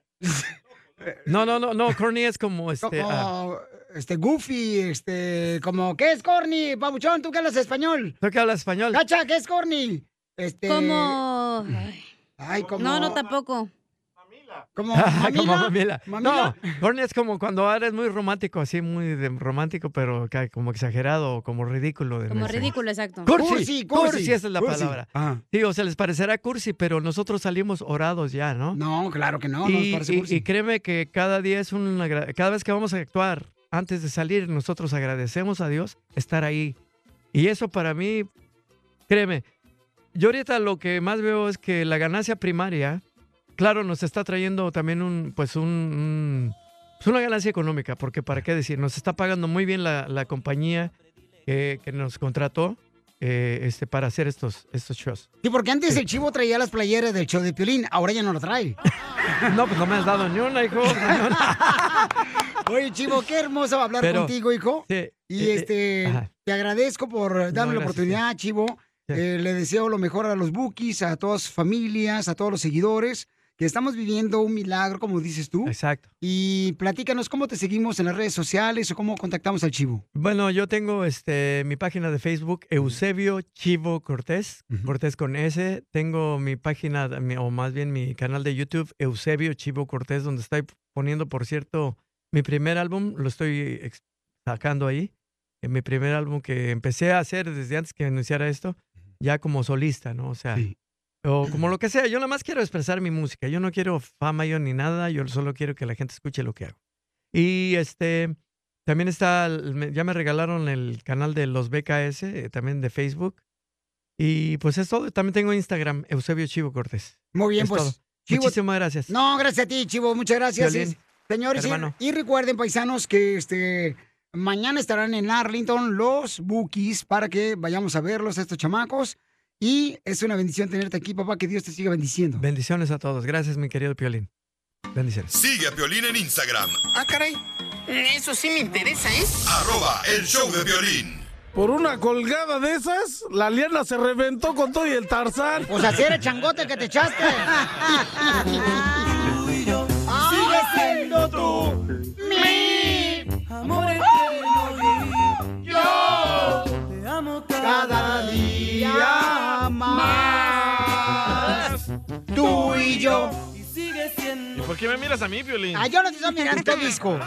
J: No, no, no, no, corny es como este. ah,
D: Como, este, goofy, este, como, ¿qué es corny? Pabuchón, ¿tú qué hablas español?
J: ¿Tú qué hablas español?
D: Cacha, ¿qué es corny? Este...
F: Como...
D: Ay, como...
F: No, no, tampoco.
D: Como
J: como
D: mamila.
J: mamila.
D: Mamila.
J: No, corny es como cuando eres muy romántico, así muy de- romántico, pero ca- como exagerado, como ridículo. de
F: Como
J: nuestra-
F: ridículo, exacto.
J: Cursi, cursi, esa es la palabra. Sí, o sea, les parecerá cursi, pero nosotros salimos orados ya, ¿no?
D: No, claro que no, no nos
J: Y,
D: parece
J: y-
D: cursi.
J: y créeme que cada día es una gra- cada vez que vamos a actuar, antes de salir, nosotros agradecemos a Dios estar ahí. Y eso para mí, créeme, yo ahorita lo que más veo es que la ganancia primaria, claro, nos está trayendo también un, pues un, un- pues una ganancia económica, porque para qué decir, nos está pagando muy bien la, la compañía que, que nos contrató eh, este, para hacer estos, estos shows.
D: Sí, porque antes el chivo traía las playeras del show de Piolín, ahora ya no lo trae.
J: (laughs) No, pues no me has dado ni una, hijo.
D: (laughs) Oye, chivo, qué hermoso hablar
J: Pero-
D: contigo, hijo.
J: Sí,
D: Y
J: eh,
D: este,
J: ajá.
D: te agradezco por darme la
J: gracias,
D: oportunidad, Chivo. Eh, le deseo lo mejor a los bookies, a todas sus familias, a todos los seguidores, que estamos viviendo un milagro, como dices tú.
J: Exacto.
D: Y platícanos cómo te seguimos en las redes sociales o cómo contactamos al Chivo.
J: Bueno, yo tengo este mi página de Facebook, Eusebio Chivo Cortés, Cortés con S. Tengo mi página, mi- o más bien mi canal de YouTube, Eusebio Chivo Cortés, donde estoy poniendo, por cierto, mi primer álbum, lo estoy ex- sacando ahí. eh, Mi primer álbum que empecé a hacer desde antes que anunciara esto, ya como solista, ¿no? O sea, o como lo que sea, yo nada más quiero expresar mi música. Yo no quiero fama yo ni nada, yo solo quiero que la gente escuche lo que hago. Y este, también está, el- me- ya me regalaron el canal de los BKS, eh, también de Facebook. Y pues es todo. También tengo Instagram, Eusebio Chivo Cortés.
D: Muy bien,
J: Es
D: pues,
J: todo.
D: Chivo-
J: Muchísimas gracias.
D: No, gracias a ti, Chivo. Muchas gracias.
J: Violín,
D: Señores, y-
J: hermano.
D: y, recuerden, paisanos, que este mañana estarán en Arlington los Bookies para que vayamos a verlos a estos chamacos. Y es una bendición tenerte aquí, papá. Que Dios te siga (laughs) bendiciendo.
J: Bendiciones a todos. Gracias, mi querido Piolín. Bendiciones.
L: Sigue a Piolín en Instagram,
G: Ah, caray. Eso sí me interesa, ¿eh?
L: arroba el show de violín.
X: (laughs) Por una colgada de esas, la liana se reventó con todo y el tarzán.
D: Pues así era el changote que
X: (laughs)
D: te echaste. (laughs)
M: Sigue siendo tú mi amor eterno. Yo te amo cada día más. Tú y yo. Y sigue siendo.
E: ¿Y por qué me miras a mí, Piolín? Este
D: Ah, yo no te estoy mirando tu disco.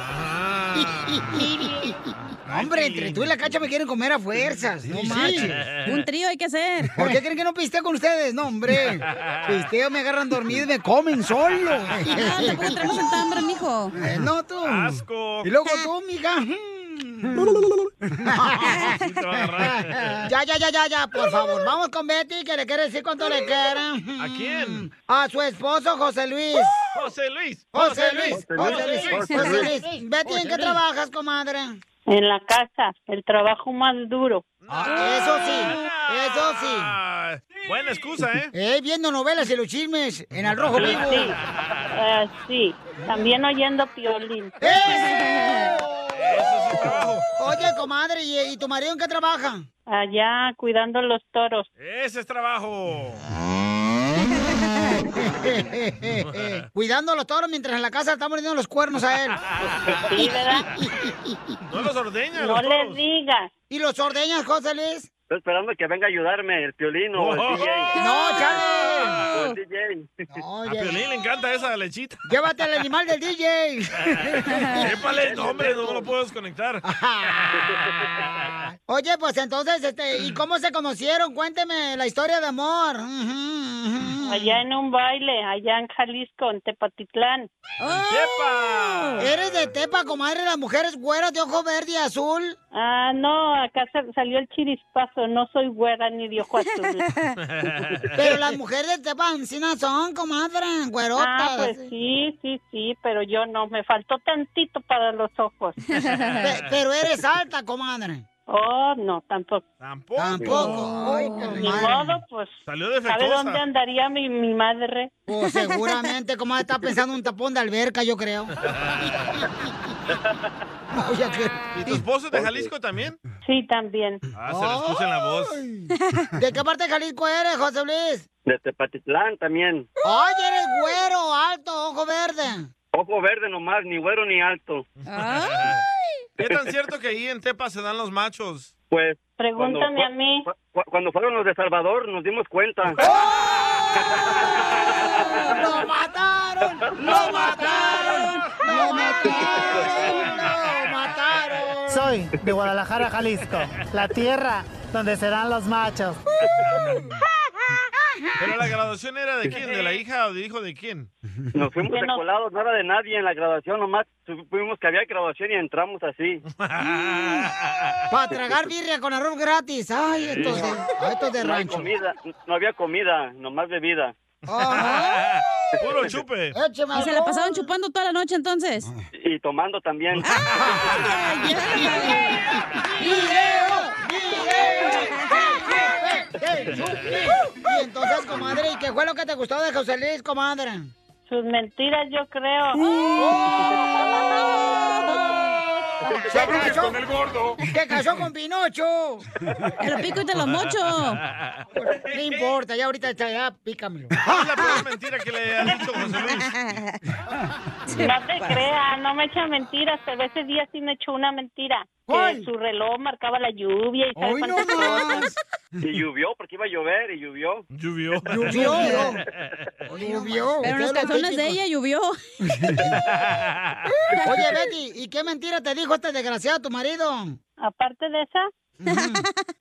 D: Hombre, entre tú y la cacha me quieren comer a fuerzas. No
F: Sí.
D: manches. (laughs)
F: Un
D: trío hay que hacer. ¿Por qué creen que no pisteo con ustedes? No, (laughs) hombre. Pisteo, me agarran dormido y me comen (laughs) solo.
F: No, tampoco tenemos tanta hambre, mijo.
D: Eh, no, tú.
F: Asco.
D: Y luego tú, mija. Mm. ya, ya, ya, ya, ya, por favor. Vamos con Betty, que le quiere decir cuánto le quieren.
E: ¿A quién?
D: A su esposo, José Luis.
E: José Luis.
D: José Luis, José Luis, José Luis. Betty, ¿en qué trabajas, comadre?
Y: En la casa, el trabajo más duro.
D: Ah, Eso sí, eso sí.
E: Buena excusa, ¿eh?
D: Eh, viendo novelas y los chismes en el rojo
Y: Sí,
D: vivo.
Y: sí. Eh, sí, también oyendo piolín.
D: ¡Eh! Oye, comadre, ¿y, y tu marido en qué trabaja?
Y: Allá cuidando los toros.
E: Ese es trabajo.
D: (laughs) Cuidando a los toros mientras en la casa le están poniendo los cuernos a él.
Y: Sí, ¿verdad?
E: No los ordeña.
Y: No les digas.
D: ¿Y los ordeñas, José Luis?
Z: Estoy esperando que venga a ayudarme el piolín o el
E: Oh.
Z: DJ.
Y: Ah,
E: No,
D: chale.
Z: O el DJ.
E: A Piolín le encanta esa
D: (laughs)
E: lechita.
D: Llévate al animal del DJ.
E: Épale, no, hombre, no lo puedo
D: (laughs)
E: desconectar. (laughs)
D: Oye, pues entonces, este, ¿y cómo se conocieron? Cuénteme la historia de amor.
Y: Allá en un baile, allá en Jalisco, en Tepatitlán.
D: ¡Tepa! ¡Oh! ¿Eres de Tepa, comadre? ¿Las mujeres güeras de ojo verde y azul?
Y: Ah, no, acá sa- salió el chirispazo. No soy güera ni de ojo azul.
D: (laughs) Pero las mujeres de Tepa Encina son, comadre, güerotas.
Y: Ah, pues sí, sí, sí, pero yo no. Me faltó tantito para los
D: (laughs)
Y: ojos.
D: Pe- pero eres alta, comadre.
Y: Oh, no, tampoco.
E: Tampoco.
D: Tampoco. Ay,
Y: Pues, Ni
D: comadre.
Y: modo, pues.
E: Salió
M: (laughs)
Y: ¿Sabe dónde andaría mi, mi madre?
D: Pues seguramente, comadre, está pensando en un tapón de alberca, yo creo. No, ya creo.
E: ¿Y tu esposo es de Jalisco también?
Y: Sí, también.
E: Ah, se le escucha en la voz.
D: ¿De qué parte de Jalisco eres, José Luis?
Z: De Tepatitlán también.
D: Oye, eres güero, alto, ojo verde.
Z: Ojo verde nomás, ni güero ni alto. (laughs)
E: ¿Qué tan cierto que ahí en Tepa se dan los machos?
Z: Pues.
E: Pregúntame
Z: cuando-
E: a mí.
Z: cu- cu- Cuando fueron los de Salvador, nos dimos
E: (laughs)
Z: cuenta.
D: ¡Lo mataron! ¡Lo mataron! ¡Lo mataron! ¡Lo mataron!
C: Soy de Guadalajara, Jalisco, la tierra donde serán los machos.
M: (laughs)
E: ¿Pero la graduación era de quién? ¿De la hija o de hijo de quién?
Z: Nos fuimos de colados, no era de nadie en la graduación, nomás supimos que había graduación y entramos
E: (laughs)
Z: así.
D: Para tragar birria con arroz gratis. Ay, estos de, ay, estos de
Z: no, hay
D: rancho.
Z: comida, no había comida, nomás bebida.
E: Puro chupe.
F: ¿Y se la pasaron chupando toda la noche entonces?
Z: Y tomando también.
D: ¡Video! ¡Video! Y entonces, comadre, ¿y qué fue lo que te gustó de José Luis, comadre?
Y: Sus mentiras, yo creo. Oh.
D: ¡Se casó con el gordo! ¡Se casó con Pinocho!
Y: Te lo pico y te lo mocho.
D: No importa, ya ahorita está, ya pícamelo.
E: ¿Cuál es la peor mentira que le ha dicho José Luis?
Y: (laughs) No te creas, no me echa mentiras, pero ese día sí me echó una mentira. Que
Z: ¿Cuál?
Y: su reloj marcaba la lluvia y sabe
Z: Hoy
Y: cuántas cosas.
Z: Y llovió porque iba a llover y llovió.
E: Llovió.
D: Llovió. Llovió.
F: Pero en
D: Ustedes
F: los
D: los
F: calzones de
D: típicos.
F: ella llovió.
D: Oye, Betty, ¿y qué mentira te dijo este desgraciado tu marido?
Y: Aparte de esa,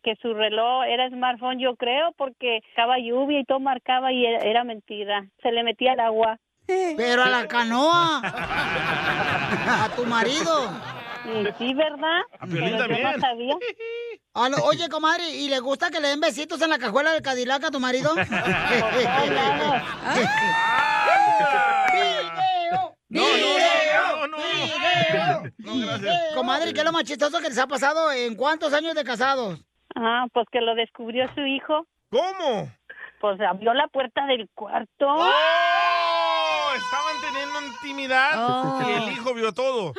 Y: que su reloj era smartphone, yo creo, porque estaba lluvia y todo marcaba y era, era mentira. Se le metía el agua. (laughs)
D: Pero a la canoa. A tu marido.
Y: Mm, Sí, ¿verdad?
D: Piolín
Y: Pero Yo
D: también.
Y: no sabía.
D: A lo- oye, comadre, ¿y le gusta que le den besitos en la cajuela del Cadillac a
E: (laughs)
D: tu marido?
Y: (laughs)
D: ¡Video! ¡Video! Comadre, ¿qué es lo más chistoso que les ha pasado eh? en cuántos años de casados?
Y: Ah, pues que lo descubrió su hijo.
E: ¿Cómo?
Y: Pues abrió la puerta del cuarto.
E: Oh, estaban teniendo intimidad
Y: Oh.
E: y el hijo vio todo.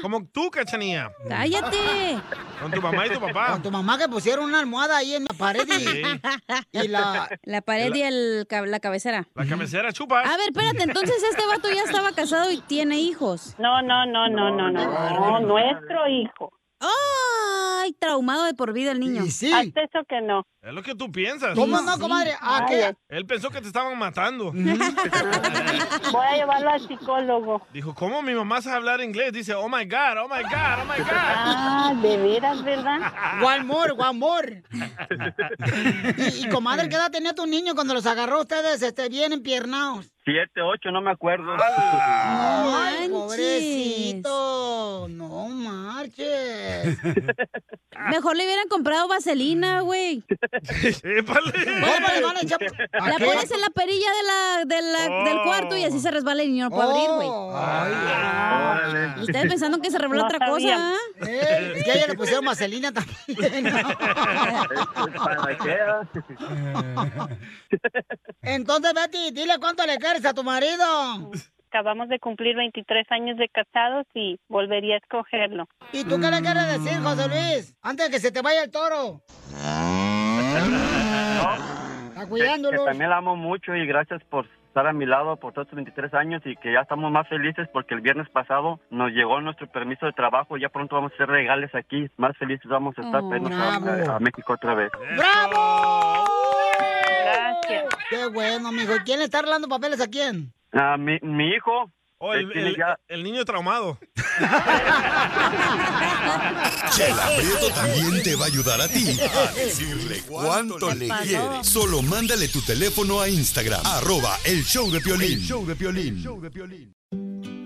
E: Como tú, cachanía.
D: ¡Cállate!
E: (laughs) Con tu mamá y tu papá.
D: Con tu mamá que pusieron una almohada ahí en la pared y,
E: Sí.
D: y la...
F: (laughs) La pared y el, cab- la cabecera.
E: La cabecera chupa.
F: A ver, espérate, entonces este vato ya estaba casado y tiene hijos.
Y: No, no, no, no, no, no. No, nuestro hijo.
F: ¡Ay! Traumado de por vida el niño.
Y: Hasta eso que no.
E: Es lo que tú piensas.
Y: ¿Cómo no, Sí. comadre? ¿A qué? Ay.
E: Él pensó que te estaban matando.
Y: Voy a llevarlo al psicólogo.
E: (laughs) Dijo, ¿cómo mi mamá sabe hablar inglés? Dice, oh my God, oh my God, oh my
Y: Ah, de veras, ¿verdad?
E: (laughs)
D: One more, one more. Y, y, comadre, ¿qué edad tenía tu niño cuando los agarró ustedes este, bien empiernados?
Z: (laughs) Siete, ocho, no me acuerdo.
D: Ay,
Y: manches.
D: pobrecito. Oh, No marches.
F: (laughs) Mejor le hubieran comprado vaselina, güey.
Y: pues,
F: La pones en la perilla de la, de la- del cuarto y así se resbala y el niño no puede abrir, güey. Ustedes pensando que se reveló
D: No
F: otra
D: sabía.
F: cosa.
D: Eh, es que a ella le pusieron vaselina también. Entonces, Betty, dile cuánto le quieres a tu marido.
Y: Acabamos de cumplir 23 años de casados y volvería a escogerlo.
D: ¿Y tú qué le quieres decir, José Luis? Antes de que se te vaya el toro. Está
Z: Que
D: cuidándolo.
Z: también la amo mucho y gracias por estar a mi lado por todos estos 23 años y que ya estamos más felices porque el viernes pasado nos llegó nuestro permiso de trabajo. Ya pronto vamos a hacer regales aquí. Más felices vamos a estar
D: Oh,
Z: Pues, para irnos a-
D: bravo.
Z: a, a México otra vez.
D: ¡Bravo! Gracias. Qué bueno, mijo. ¿Y quién le está arreglando papeles a quién?
Z: Ah, mi, mi hijo.
E: Oh, el, el- el niño traumado.
L: Chela Prieto también te va a ayudar a ti a decirle cuánto le pasó? quieres. Solo mándale tu teléfono a Instagram, arroba el show de Piolín.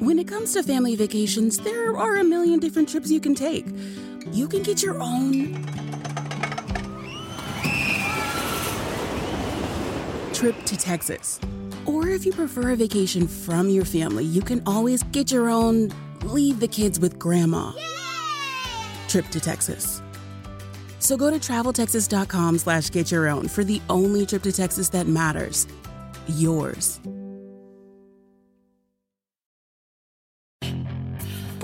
I: When it comes to family vacations, there are a million different trips you can take. You can get your own trip to Texas. Or if you prefer a vacation from your family, you can always get your own leave the kids with grandma trip to Texas. So go to traveltexas.com slash get your own for the only trip to Texas that matters. Yours.